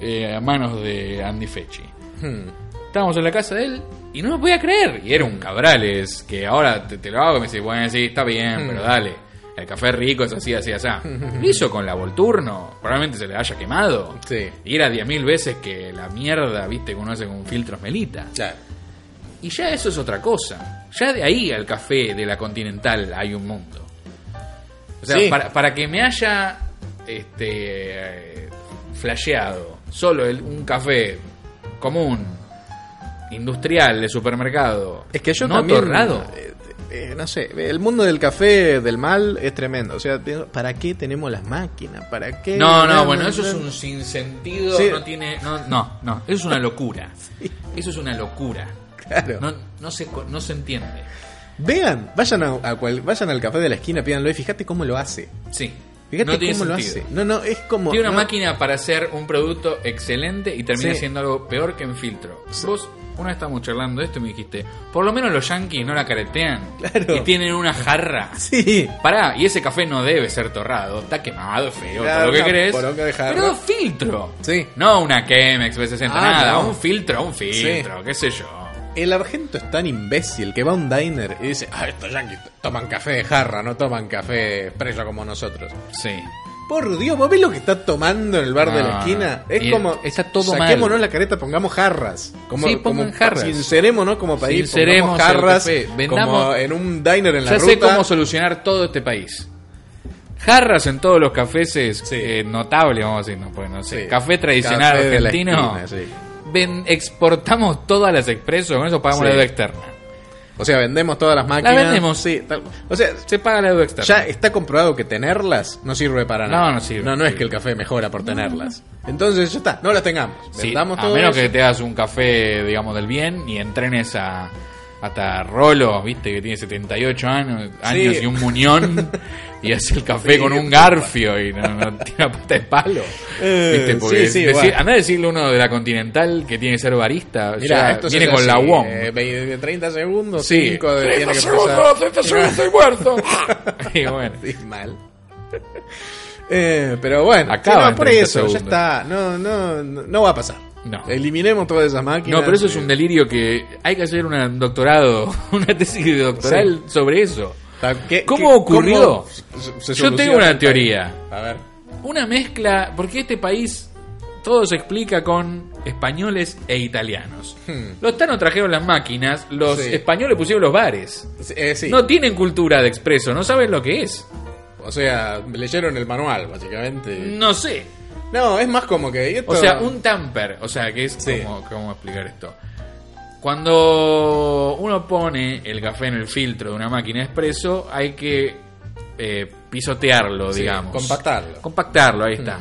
S2: eh, a manos de Andy Fechi.
S3: Hmm.
S2: Estábamos en la casa de él y no me podía creer. Y era un cabrales que ahora te, te lo hago y me dice, bueno, sí, está bien, pero dale. El café rico es así, así, así. Lo hizo con la Volturno. Probablemente se le haya quemado.
S3: Sí.
S2: Y era 10.000 veces que la mierda, viste, que uno hace con filtros melita.
S3: Claro.
S2: Y ya eso es otra cosa. Ya de ahí al café de la Continental hay un mundo. O sea,
S3: Sí.
S2: para, para que me haya este, eh, flasheado solo el- un café común, industrial, de supermercado,
S3: Es que yo
S2: no
S3: también,
S2: torrado.
S3: eh, eh, no sé, el mundo del café del mal es tremendo. O sea, te- ¿para qué tenemos las máquinas? ¿Para qué?
S2: No, no, bueno, eso es un sinsentido,
S3: Sí.
S2: no tiene... No, no, no, eso es una locura. Eso es una locura.
S3: Claro.
S2: No, no, se, co- no se entiende.
S3: Vean, vayan, a, a cual- vayan al café de la esquina, pídanlo y fíjate cómo lo hace.
S2: Sí.
S3: Fíjate
S2: no
S3: cómo
S2: tiene
S3: lo
S2: sentido.
S3: hace. No, no, es como.
S2: Tiene una
S3: no,
S2: máquina para hacer un producto excelente y termina
S3: Sí.
S2: siendo algo peor que en filtro. Vos, una vez estábamos charlando de esto y me dijiste, por lo menos los yankees no la caretean.
S3: Claro.
S2: Y tienen una jarra.
S3: Sí.
S2: Pará, y ese café no debe ser torrado, está quemado, feo,
S3: Claro,
S2: todo lo que
S3: una
S2: querés.
S3: poronga de jarra.
S2: Pero filtro.
S3: Sí.
S2: No una Chemex B60,
S3: Ah,
S2: nada,
S3: no.
S2: un filtro, un filtro, qué sé yo.
S3: El argento es tan imbécil que va a un diner y dice: Ah, estos yanquis toman café de jarra, no toman café preso como nosotros.
S2: Sí.
S3: Por Dios, ¿vos ves lo que está tomando en el bar de
S2: No,
S3: la esquina?
S2: no.
S3: Es
S2: Ah, Y
S3: como.
S2: está todo mal.
S3: Saquémonos la careta, pongamos jarras. Como,
S2: Sí, pongan
S3: como-
S2: jarras.
S3: Sincerémonos como país,
S2: Sinceremos
S3: pongamos
S2: el
S3: jarras.
S2: café. Vendamos-
S3: Como en un diner en la
S2: Ya
S3: ruta.
S2: sé cómo solucionar todo este país. Jarras en todos los cafés es
S3: Sí.
S2: eh, notable, vamos a decir, no, porque no sé.
S3: Sí.
S2: Café tradicional
S3: Café de la
S2: argentino.
S3: esquina, sí.
S2: Ven- exportamos todas las expresos, con eso pagamos
S3: Sí.
S2: la deuda externa.
S3: O sea, vendemos todas las máquinas.
S2: vendemos.
S3: sí. tal- O sea,
S2: Se paga la deuda externa.
S3: ya está comprobado que tenerlas no sirve para
S2: No,
S3: nada.
S2: no sirve.
S3: No, no es que el café mejora por tenerlas. Entonces ya está, no las tengamos.
S2: Sí, a
S3: Vendamos todo
S2: menos
S3: eso.
S2: que te hagas un café, digamos, del bien y entrenes a hasta Rolo, viste, que tiene 78 años, años y un muñón y hace el café
S3: Sí,
S2: con un garfio y no, no tiene una pata de palo.
S3: Eh,
S2: ¿Viste? Porque
S3: sí, sí,
S2: decí-
S3: bueno.
S2: andá a decirle a uno de la Continental que tiene que ser barista,
S3: Mirá,
S2: Pues ya
S3: esto se
S2: viene
S3: hace
S2: con la
S3: así,
S2: WOM.
S3: eh, 20, 30 segundos,
S2: Sí.
S3: 5 de tiene que
S2: segundos,
S3: pasar.
S2: 30 segundos, estoy muerto. y bueno,
S3: Sí, mal. Eh, pero bueno,
S2: Acaba
S3: sí,
S2: en
S3: no, por
S2: 30
S3: eso, ya
S2: segundos.
S3: está. No, no, no no va a pasar.
S2: No.
S3: Eliminemos todas esas máquinas.
S2: no, pero eso es un delirio que hay que hacer una- un doctorado, una tesis de doctoral sobre eso.
S3: ¿Qué-
S2: ¿Cómo
S3: qué-
S2: ocurrió?
S3: cómo se- se
S2: Yo tengo
S3: soluciona?
S2: una teoría.
S3: A ver.
S2: Una mezcla, porque este país todo se explica con españoles e italianos.
S3: Hmm.
S2: Los tanos trajeron las máquinas, los
S3: Sí.
S2: españoles pusieron los bares.
S3: Eh, sí.
S2: No tienen cultura de expreso, no saben lo que es.
S3: O sea, leyeron el manual, básicamente.
S2: No sé.
S3: No, es más como que. y esto-
S2: O sea, un tamper, o sea, que es
S3: Sí.
S2: como, ¿cómo explicar esto? Cuando uno pone el café en el filtro de una máquina expreso, hay que eh, pisotearlo,
S3: Sí,
S2: digamos.
S3: compactarlo. Mm.
S2: Compactarlo, ahí está.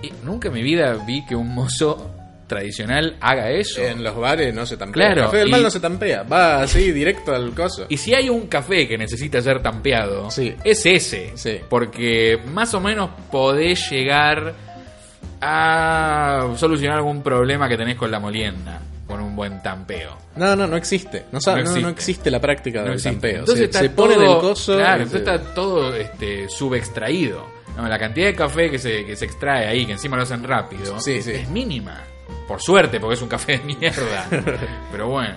S2: Y nunca en mi vida vi que un mozo tradicional haga eso.
S3: En los bares no se tampea.
S2: Claro,
S3: el café del
S2: y-
S3: mal no se tampea. Va así directo al coso.
S2: Y si hay un café que necesita ser tampeado,
S3: Sí.
S2: es ese.
S3: Sí.
S2: Porque más o menos podés llegar a solucionar algún problema que tenés con la molienda con un buen tampeo.
S3: No, no, no existe. No, sabe-
S2: No
S3: no- no
S2: existe.
S3: existe. la práctica del
S2: existe.
S3: tampeo.
S2: Entonces
S3: se
S2: está
S3: se pone
S2: todo-
S3: del coso.
S2: Claro,
S3: y se-
S2: entonces está todo este, subextraído. No, la cantidad de café que se, que se extrae ahí, que encima lo hacen rápido,
S3: Sí, sí.
S2: es mínima. Por suerte, porque es un café de mierda. Pero bueno.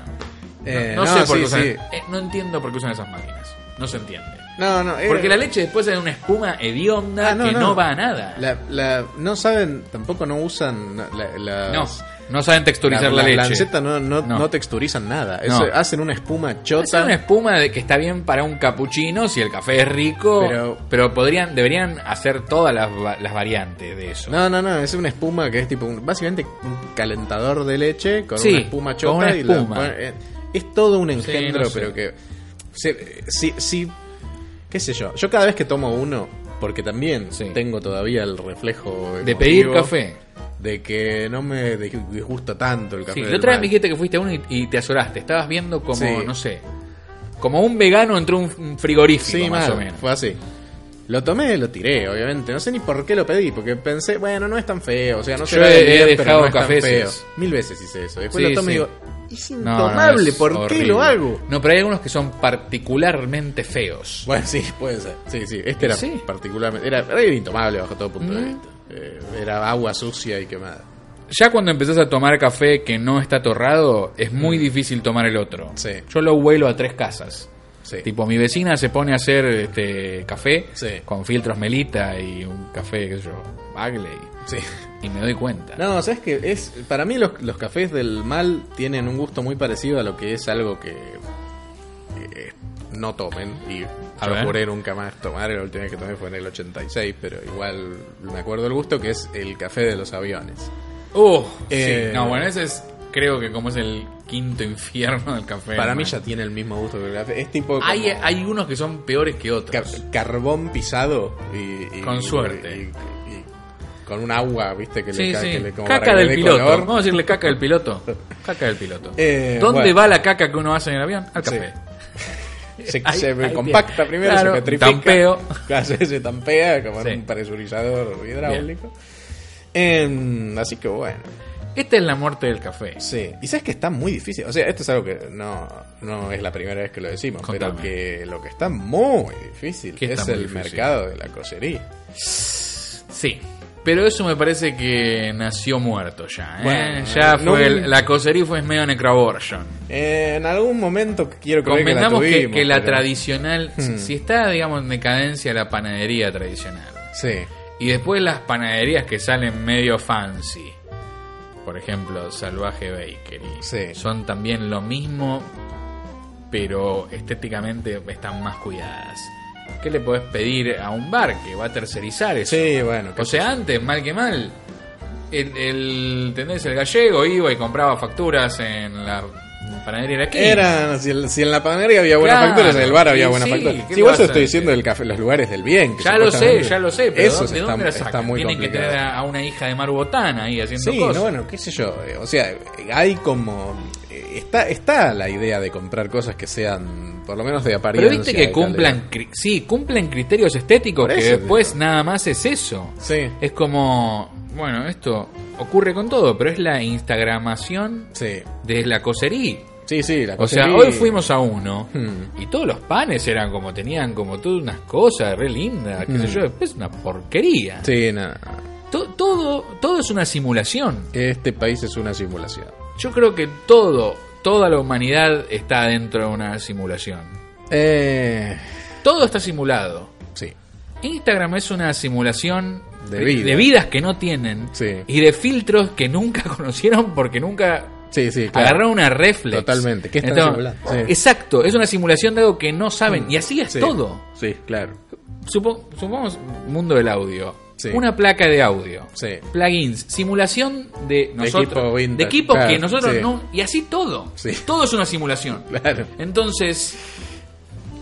S2: No,
S3: Eh,
S2: no sé por
S3: sí,
S2: qué usan-
S3: sí.
S2: eh, no entiendo por qué usan esas máquinas. No se entiende.
S3: No, no. eh,
S2: Porque la leche después es una espuma hedionda
S3: Ah, no,
S2: que no.
S3: no.
S2: va a nada.
S3: la- la- no saben, tampoco no usan la, la-
S2: no, no saben texturizar la, leche.
S3: lanceta no, no,
S2: No.
S3: no texturizan nada. Es-
S2: No.
S3: hacen una espuma
S2: Es
S3: chota.
S2: una espuma de que está bien para un cappuccino si el café es rico, pero,
S3: Pero-
S2: podrían deberían hacer todas las, va- las variantes de eso.
S3: No, no, no, es una espuma que es tipo un- básicamente un calentador de leche con
S2: Sí,
S3: una espuma
S2: con
S3: chota
S2: una
S3: y la-
S2: espuma.
S3: bueno, eh, es todo un engendro,
S2: no sé.
S3: pero que se- si si qué sé yo, yo cada vez que tomo uno porque también
S2: Sí.
S3: tengo todavía el reflejo
S2: de pedir
S3: emotivo
S2: café.
S3: de que no me de- disgusta tanto el café.
S2: Sí,
S3: del
S2: la otra vez
S3: mal.
S2: me dijiste que fuiste a uno y, y te azoraste. Estabas viendo como,
S3: Sí.
S2: no sé, como un vegano entró un un frigorífico,
S3: Sí,
S2: más
S3: mal,
S2: o menos.
S3: fue así. Lo tomé, lo tiré, obviamente. No sé ni por qué lo pedí, porque pensé, bueno, no es tan feo. O sea, no
S2: Yo
S3: se va a
S2: he
S3: bien, pero
S2: dejado
S3: no es tan
S2: cafés.
S3: feo. Mil veces hice eso. Después
S2: Sí,
S3: lo tomé
S2: sí.
S3: y digo, es
S2: No, no,
S3: intomable,
S2: es
S3: ¿por qué lo
S2: horrible.
S3: hago?
S2: No, pero hay algunos que son particularmente feos.
S3: Bueno, sí, puede ser. Sí, sí, este era
S2: Sí.
S3: particularmente. Era, era intomable bajo todo punto de
S2: Mm.
S3: vista. Eh, era agua sucia y quemada.
S2: Ya cuando empezás a tomar café que no está torrado, es muy difícil tomar el otro.
S3: Mm. Sí.
S2: Yo lo huelo a tres casas.
S3: Sí.
S2: Tipo, mi vecina se pone a hacer este café
S3: Sí.
S2: con filtros melita y un café, qué sé yo, Bagley.
S3: Sí.
S2: Y me doy cuenta.
S3: No, sabes que es. Para mí, los, los cafés del mal tienen un gusto muy parecido a lo que es algo que. que no tomen. Y
S2: A
S3: yo
S2: ver.
S3: juré nunca más tomar. La última vez que tomé fue en el 86, pero igual me acuerdo el gusto que es el café de los aviones.
S2: Uh,
S3: Eh,
S2: sí. No, bueno, ese es, creo que como es el quinto infierno del café.
S3: para
S2: ¿no?
S3: mí, ya tiene el mismo gusto que el café. Es tipo. como
S2: Hay, hay unos que son peores que
S3: ca-
S2: otros.
S3: carbón pisado y. y-
S2: Con suerte.
S3: y- y- y con un agua, viste, que
S2: Sí,
S3: le, ca-
S2: sí.
S3: que le- como
S2: Caca
S3: para que
S2: del
S3: le dé
S2: piloto.
S3: color.
S2: Vamos a decirle caca del piloto. Caca del piloto.
S3: Eh,
S2: ¿Dónde
S3: bueno.
S2: va la caca que uno hace en el avión? Al café.
S3: Sí. se,
S2: Ahí-
S3: se
S2: ahí
S3: compacta
S2: tiene.
S3: primero,
S2: Claro,
S3: se petrifica.
S2: tampeo.
S3: Claro, se, se tampea como en
S2: Sí.
S3: un presurizador hidráulico. Em, así que bueno,
S2: Esta es la muerte del café.
S3: sí. Y sabes que está muy difícil. O sea, esto es algo que no, no es la primera vez que lo decimos,
S2: Contame.
S3: pero que lo que está muy difícil
S2: ¿Qué está
S3: es
S2: muy
S3: el
S2: difícil?
S3: mercado de la cosería.
S2: Sí. Pero eso me parece que nació muerto ya. ¿eh?
S3: Bueno,
S2: ya
S3: no
S2: fue
S3: me-
S2: el- la cosería fue medio necroborgion.
S3: en algún momento quiero creer que la
S2: Convengamos que,
S3: tuvimos,
S2: que la
S3: pero- Hmm.
S2: tradicional, si- si está, digamos, en decadencia la panadería tradicional,
S3: Sí.
S2: y después las panaderías que salen medio fancy, por ejemplo, Salvaje Bakery,
S3: Sí.
S2: son también lo mismo, pero estéticamente están más cuidadas. ¿Qué le podés pedir a un bar que va a tercerizar eso?
S3: Sí, bueno.
S2: O sea, antes, mal que mal, el, el, ¿entendés? el gallego iba y compraba facturas en la panadería de la esquina.
S3: Era, si, el- si en la panadería había buenas
S2: Claro,
S3: facturas, en el bar había
S2: y
S3: buenas
S2: sí,
S3: facturas.
S2: ¿qué
S3: Sí, igual
S2: pasa?
S3: yo estoy diciendo del café, los lugares del bien. que
S2: Ya lo sé,
S3: supuestamente-
S2: ya lo sé, pero
S3: Eso
S2: ¿dónde- ¿de
S3: está,
S2: dónde la
S3: está
S2: sacan?
S3: muy
S2: Tienen
S3: complicado.
S2: que tener a a una hija de Marbotán ahí haciendo
S3: Sí,
S2: cosas.
S3: no, bueno, qué sé yo. eh, O sea, hay como. eh, Está, está la idea de comprar cosas que sean, por lo menos de apariencia.
S2: Pero viste que
S3: de
S2: cumplan, cri- sí, cumplen criterios estéticos
S3: Por
S2: que
S3: eso,
S2: después nada más es eso.
S3: calidad.
S2: Es como, bueno, esto ocurre con todo, pero es la instagramación
S3: Sí, sí.
S2: de la cosería.
S3: Sí, sí, la
S2: O sea,
S3: conseguí.
S2: hoy fuimos a uno
S3: Hmm.
S2: y todos los panes eran como tenían como todas unas cosas re lindas, qué sé
S3: Hmm.
S2: yo, después una porquería.
S3: Sí, nada.
S2: To- todo, todo es una simulación.
S3: Este país es una simulación.
S2: Yo creo que todo, toda la humanidad está dentro de una simulación.
S3: Eh.
S2: Todo está simulado.
S3: Sí.
S2: Instagram es una simulación
S3: De vida.
S2: vidas que no tienen
S3: Sí.
S2: y de filtros que nunca conocieron porque nunca
S3: Sí, sí, claro.
S2: agarraron una reflex.
S3: Totalmente. ¿Qué están simulando? Sí.
S2: Exacto, es una simulación de algo que no saben y así es
S3: Sí.
S2: todo.
S3: Sí, claro.
S2: Supo- supongamos mundo del audio.
S3: Sí.
S2: Una placa de audio.
S3: Sí.
S2: Plugins, simulación de nosotros,
S3: equipo vintage,
S2: de equipos
S3: claro,
S2: que nosotros
S3: sí.
S2: no y así todo.
S3: Sí.
S2: Todo es una simulación.
S3: Claro.
S2: Entonces,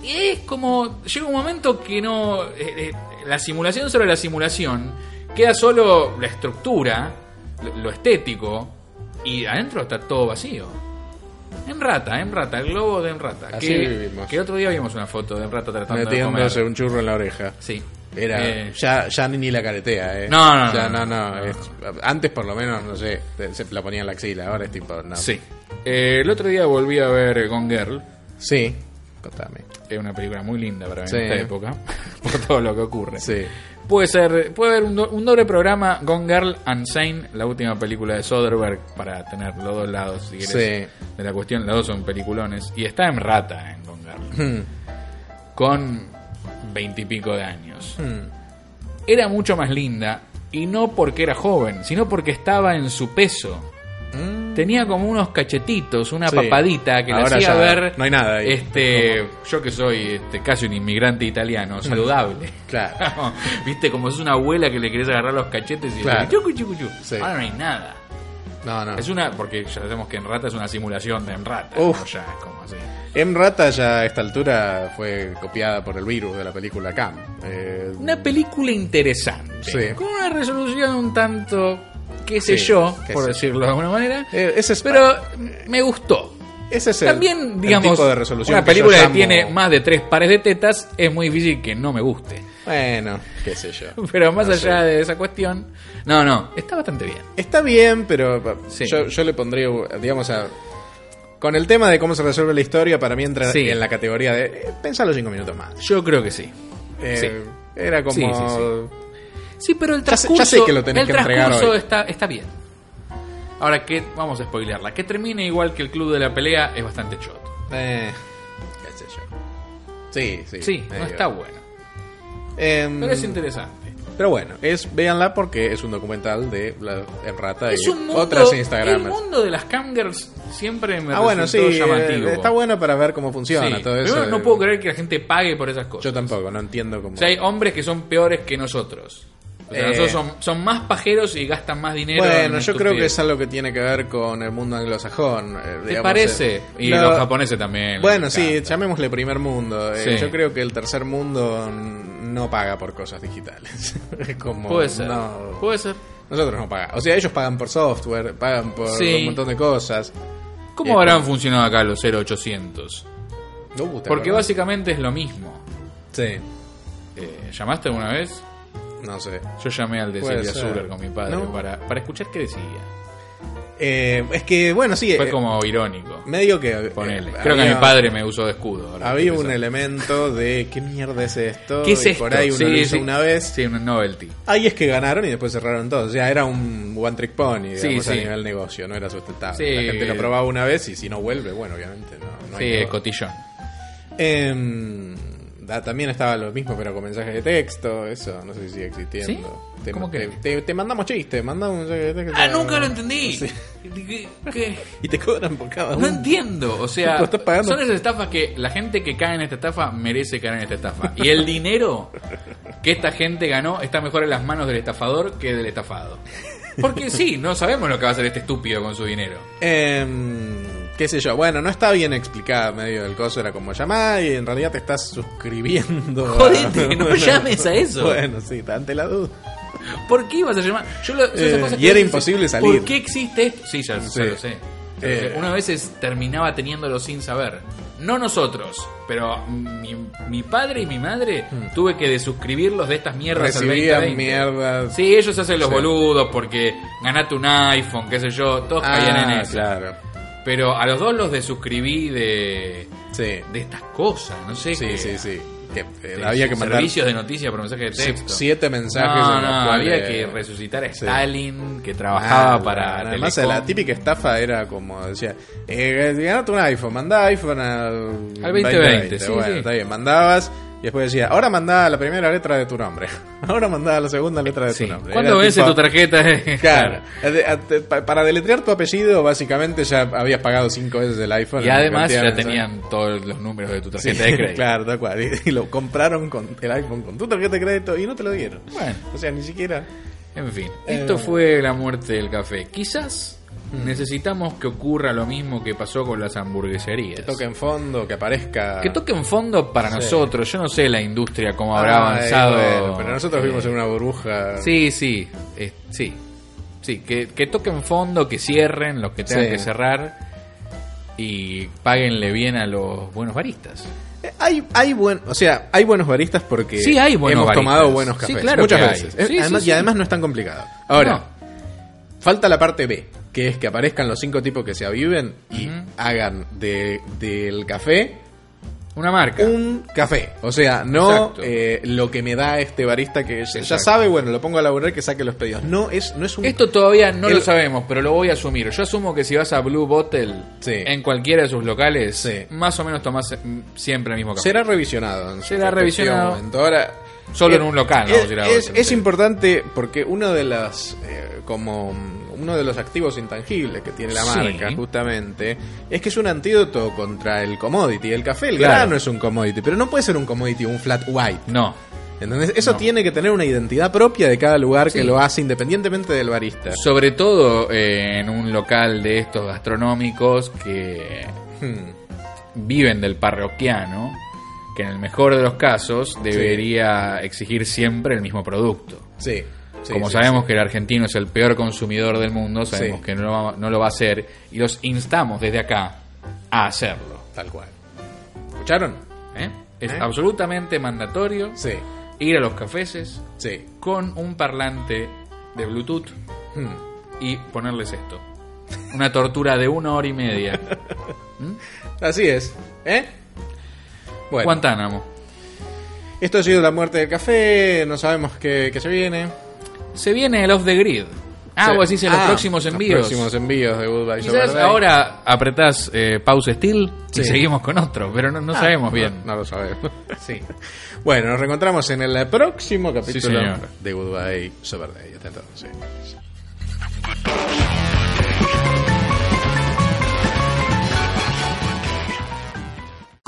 S2: es como. Llega un momento que no. eh, eh, la simulación sobre la simulación. Queda solo la estructura, lo, lo estético. Y adentro está todo vacío. En rata, en rata, el globo de en rata.
S3: Así
S2: que,
S3: vivimos.
S2: que otro día vimos una foto de en rata tratando de comer.
S3: Metiéndose un churro en la oreja.
S2: Sí.
S3: Era,
S2: Eh,
S3: ya, ya ni la caretea, ¿eh?
S2: No, no,
S3: Ya,
S2: no,
S3: no, no, es- antes por lo menos, no sé, te- se la ponían en la axila, ahora es tipo, no.
S2: sí. Eh, el otro día volví a ver Gone Girl.
S3: Sí, contame.
S2: Es una película muy linda para mí
S3: Sí.
S2: en esta época. por todo lo que ocurre.
S3: Sí.
S2: Puede ser, puede haber un, do- un doble programa Gone Girl and Sane, la última película de Soderbergh, para tener los dos lados, si querés,
S3: Sí.
S2: de la cuestión. Las dos son peliculones. Y está en rata en Gone Girl,
S3: Hmm,
S2: con veintipico de años.
S3: hmm.
S2: Era mucho más linda, y no porque era joven, sino porque estaba en su peso.
S3: Mm.
S2: Tenía como unos cachetitos, una
S3: Sí.
S2: papadita que la
S3: Ahora
S2: hacía
S3: ya
S2: ver.
S3: no hay nada ahí.
S2: Este, yo que soy este, casi un inmigrante
S3: Hmm.
S2: italiano, saludable.
S3: Claro.
S2: Viste, como es una abuela que le querés agarrar los cachetes y
S3: Claro.
S2: decirle, "Yucu, yucu, yucu".
S3: Sí.
S2: Ahora no hay nada.
S3: No, no.
S2: Es una, porque ya sabemos que en rata es una simulación de en rata.
S3: Uf.
S2: ¿no? Ya es como así.
S3: M. Rata ya a esta altura fue copiada por el virus de la película Cam. Eh,
S2: Una película interesante.
S3: Sí.
S2: Con una resolución un tanto, qué sé
S3: Sí,
S2: yo,
S3: qué
S2: por
S3: sé.
S2: decirlo de alguna manera.
S3: eh, ese es,
S2: pero me gustó.
S3: ese es el-
S2: También,
S3: el
S2: digamos,
S3: tipo de resolución
S2: una
S3: que yo
S2: película que,
S3: llamo-
S2: tiene más de tres pares de tetas es muy difícil que no me guste.
S3: Bueno, qué sé yo.
S2: Pero más
S3: No sé.
S2: allá de esa cuestión, no, no, está bastante bien.
S3: Está bien, pero pa-
S2: Sí.
S3: yo, yo le pondría, digamos, a- con el tema de cómo se resuelve la historia, para mí entra
S2: Sí.
S3: en la categoría de eh, pensalo cinco minutos más.
S2: Yo creo que sí.
S3: Eh,
S2: Sí.
S3: Era como...
S2: Sí, sí, Sí, pero el
S3: Ya sé-
S2: transcurso,
S3: ya sé que lo tenés
S2: el
S3: que entregar
S2: transcurso
S3: hoy.
S2: Está, está bien. Ahora que vamos a spoilearla, que termine igual que el club de la pelea es bastante choto.
S3: eh, qué sé yo. Sí, sí.
S2: Sí, no
S3: medio.
S2: está bueno,
S3: Em,
S2: pero es interesante.
S3: pero bueno, es véanla porque es un documental de la en rata
S2: Es
S3: y
S2: un mundo,
S3: otras
S2: el
S3: Instagramas.
S2: mundo de las camgirls siempre me
S3: Ah, bueno, sí,
S2: resultó llamativo.
S3: eh, está bueno para ver cómo
S2: Sí.
S3: funciona todo
S2: Primero,
S3: eso.
S2: no puedo creer que la gente pague por esas cosas.
S3: Yo tampoco, no entiendo cómo...
S2: O sea, hay hombres que son peores que nosotros. O sea,
S3: Eh.
S2: Nosotros son, son más pajeros y gastan más dinero. en
S3: Bueno, yo creo que
S2: estupidez.
S3: es algo que tiene que ver con el mundo anglosajón. eh,
S2: ¿Te
S3: digamos,
S2: parece?
S3: eh,
S2: Y
S3: lo-
S2: los japoneses también.
S3: Bueno,
S2: les
S3: sí,
S2: encanta.
S3: llamémosle primer mundo. eh,
S2: Sí.
S3: Yo creo que el tercer mundo n- no paga por cosas digitales. Es como.
S2: Puede ser.
S3: no,
S2: Puede ser.
S3: nosotros no pagamos. O sea, ellos pagan por software, pagan por
S2: Sí.
S3: un montón de cosas.
S2: ¿Cómo
S3: Eh,
S2: habrán
S3: pero-
S2: funcionado acá los 0800?
S3: Uh, ¿te
S2: Porque
S3: acordás?
S2: básicamente es lo mismo.
S3: Sí,
S2: Eh, ¿Llamaste alguna vez?
S3: no sé.
S2: Yo llamé al de
S3: Puede
S2: Silvia
S3: ser.
S2: Zuller con mi padre
S3: No.
S2: para, para escuchar qué decía.
S3: Eh, es que, bueno, sí.
S2: Fue
S3: eh,
S2: como irónico.
S3: Medio que. eh,
S2: Ponele. Creo que
S3: había-
S2: mi padre me usó de escudo. ahora
S3: Había
S2: estoy
S3: un
S2: pensando.
S3: elemento de qué mierda es esto.
S2: ¿Qué es
S3: y
S2: esto?
S3: Por ahí uno
S2: Sí,
S3: lo hizo
S2: sí.
S3: una vez.
S2: Sí, un novelty.
S3: Ahí es que ganaron y después cerraron todo. O sea, era un one trick pony,
S2: Sí,
S3: digamos, a
S2: sí.
S3: nivel negocio, no era sustentable.
S2: Sí.
S3: La gente lo probaba una vez y si no vuelve, bueno, obviamente no. no hay
S2: Sí,
S3: negocio.
S2: cotillón.
S3: Em, ah, también estaba lo mismo, pero con mensajes de texto. Eso no sé si sigue existiendo.
S2: ¿Sí?
S3: Te,
S2: ¿Cómo
S3: te-
S2: que?
S3: te- te mandamos chistes, mandamos un mensaje de texto.
S2: Ah, nunca lo entendí.
S3: Sí.
S2: ¿Qué- qué?
S3: Y te cobran por cada
S2: No
S3: uno.
S2: entiendo, o sea,
S3: Lo estás pagando.
S2: son esas estafas que la gente que cae en esta estafa merece caer en esta estafa. Y el dinero que esta gente ganó está mejor en las manos del estafador que del estafado. Porque sí, no sabemos lo que va a hacer este estúpido con su dinero.
S3: Em, qué sé yo, bueno, no está bien explicada medio del coso, era como llamar y en realidad te estás suscribiendo. a-
S2: Jodete, no llames a eso.
S3: Bueno, sí, está ante la duda.
S2: ¿Por qué ibas a llamar? Yo lo- son esas
S3: Eh,
S2: cosas
S3: y
S2: que
S3: era
S2: dices,
S3: imposible salir.
S2: ¿Por qué existe esto? Sí, ya, ya
S3: Sí.
S2: lo sé.
S3: Eh.
S2: Una vez es- terminaba teniéndolo sin saber. No nosotros, pero mi, mi padre y mi madre tuve que desuscribirlos de estas mierdas al
S3: Mm. Recibían
S2: 2020.
S3: mierda.
S2: Sí, ellos hacen los
S3: Sí.
S2: boludos porque ganaste un iPhone, qué sé yo, todos caían en
S3: Ah,
S2: eso.
S3: claro.
S2: Pero a los dos los desuscribí de,
S3: Sí,
S2: de estas cosas, no sé
S3: sí,
S2: qué.
S3: sí, sí. Que, eh,
S2: de
S3: había que mandar
S2: Servicios de noticias por mensaje de
S3: si-
S2: texto.
S3: siete mensajes.
S2: No,
S3: en los
S2: no, había
S3: cuales-
S2: que resucitar a
S3: Sí.
S2: Stalin, que trabajaba
S3: Ah,
S2: para.
S3: Además,
S2: Telecom.
S3: la típica estafa era como decía: eh, ganate un iPhone, mandá iPhone al.
S2: Al 2020, sí,
S3: bueno,
S2: sí.
S3: está bien, mandabas. Y después decía: Ahora mandá la primera letra de tu nombre. Ahora mandá la segunda letra de
S2: Sí.
S3: tu nombre.
S2: ¿Cuándo
S3: Era
S2: vence tu
S3: tipo-
S2: tarjeta?
S3: Claro. Eh, eh, te- pa- Para deletrear tu apellido, básicamente ya habías pagado cinco veces el iPhone.
S2: Y además
S3: Cantidad de
S2: ya
S3: mensajes.
S2: tenían todos los números de tu
S3: Sí,
S2: tarjeta de crédito.
S3: Claro, tal cual. Y, y lo compraron con el iPhone con tu tarjeta de crédito y no te lo dieron.
S2: Bueno.
S3: O sea, ni siquiera.
S2: En fin,
S3: Eh.
S2: esto fue la muerte del café. Quizás
S3: Mm.
S2: necesitamos que ocurra lo mismo que pasó con las hamburgueserías.
S3: Toque en fondo, que aparezca.
S2: Que toquen fondo para nosotros. Yo no sé la industria cómo
S3: Ay,
S2: habrá avanzado.
S3: Ah, bueno, pero nosotros
S2: Eh,
S3: vivimos en una burbuja.
S2: Sí, sí, eh, sí. Sí, que, que toquen fondo, que cierren los que tengan
S3: Sí.
S2: que cerrar y páguenle bien a los buenos baristas.
S3: Eh, Hay, hay buen, o sea, hay buenos baristas porque
S2: Sí, hay buenos
S3: hemos
S2: baristas.
S3: tomado buenos
S2: Sí,
S3: cafés.
S2: claro
S3: muchas
S2: que hay.
S3: veces. Eh,
S2: Sí, sí,
S3: además-
S2: sí.
S3: Y además no es tan complicado. Ahora, falta la parte B, que es que aparezcan los cinco tipos que se aviven y hagan de, del café
S2: No, una marca.
S3: un café. O sea, no
S2: Exacto.
S3: eh, lo que me da este barista que ya- ya
S2: Exacto.
S3: sabe, bueno, lo pongo a laburar que saque los pedidos. No es, no es un
S2: Esto todavía no
S3: El-
S2: lo sabemos, pero lo voy a asumir. Yo asumo que si vas a Blue Bottle
S3: Sí.
S2: en cualquiera de sus locales,
S3: Sí.
S2: más o menos tomás mm, siempre el mismo café.
S3: Será revisionado. En su
S2: Será
S3: respectivo
S2: revisionado.
S3: momento. Ahora,
S2: Solo
S3: eh,
S2: en un local, no
S3: eh,
S2: vamos a ir a
S3: Es,
S2: otro.
S3: es importante porque uno de las eh, como mm, uno de los activos intangibles que tiene la
S2: Sí.
S3: marca justamente es que es un antídoto contra el commodity. El café, el
S2: Claro.
S3: grano es un commodity, pero no puede ser un commodity, un flat white.
S2: No.
S3: ¿Entendés? Eso
S2: No.
S3: tiene que tener una identidad propia de cada lugar que
S2: Sí.
S3: lo hace independientemente del barista.
S2: Sobre todo eh, en un local de estos gastronómicos que
S3: Hmm.
S2: viven del parroquiano, que en el mejor de los casos debería exigir siempre el mismo producto.
S3: Sí. sí,
S2: Como
S3: sí,
S2: sabemos que el argentino es el peor consumidor del mundo, sabemos
S3: Sí.
S2: que no lo, va, no lo va a hacer y los instamos desde acá a hacerlo.
S3: sí. Tal cual. ¿Escucharon?
S2: ¿eh? Es
S3: ¿Eh?
S2: absolutamente mandatorio
S3: Sí.
S2: ir a los cafeses
S3: Sí.
S2: con un parlante de Bluetooth
S3: Hmm.
S2: y ponerles esto. Una tortura de una hora y media.
S3: Así es. ¿Eh? Bueno.
S2: Guantánamo.
S3: Esto ha sido la muerte del café, no sabemos qué, qué se viene.
S2: Se viene el off the grid. Ah,
S3: Se-
S2: vos decís en los
S3: Ah,
S2: próximos envíos.
S3: Los próximos envíos de Goodbye
S2: Quizás ahora apretás eh, pause still
S3: Sí. Ah,
S2: y seguimos con otro, pero no, no sabemos bien.
S3: No, lo sabemos.
S2: Sí.
S3: bueno, nos reencontramos en el próximo capítulo
S2: señor.
S3: de Goodbye Sober Day. Hasta entonces.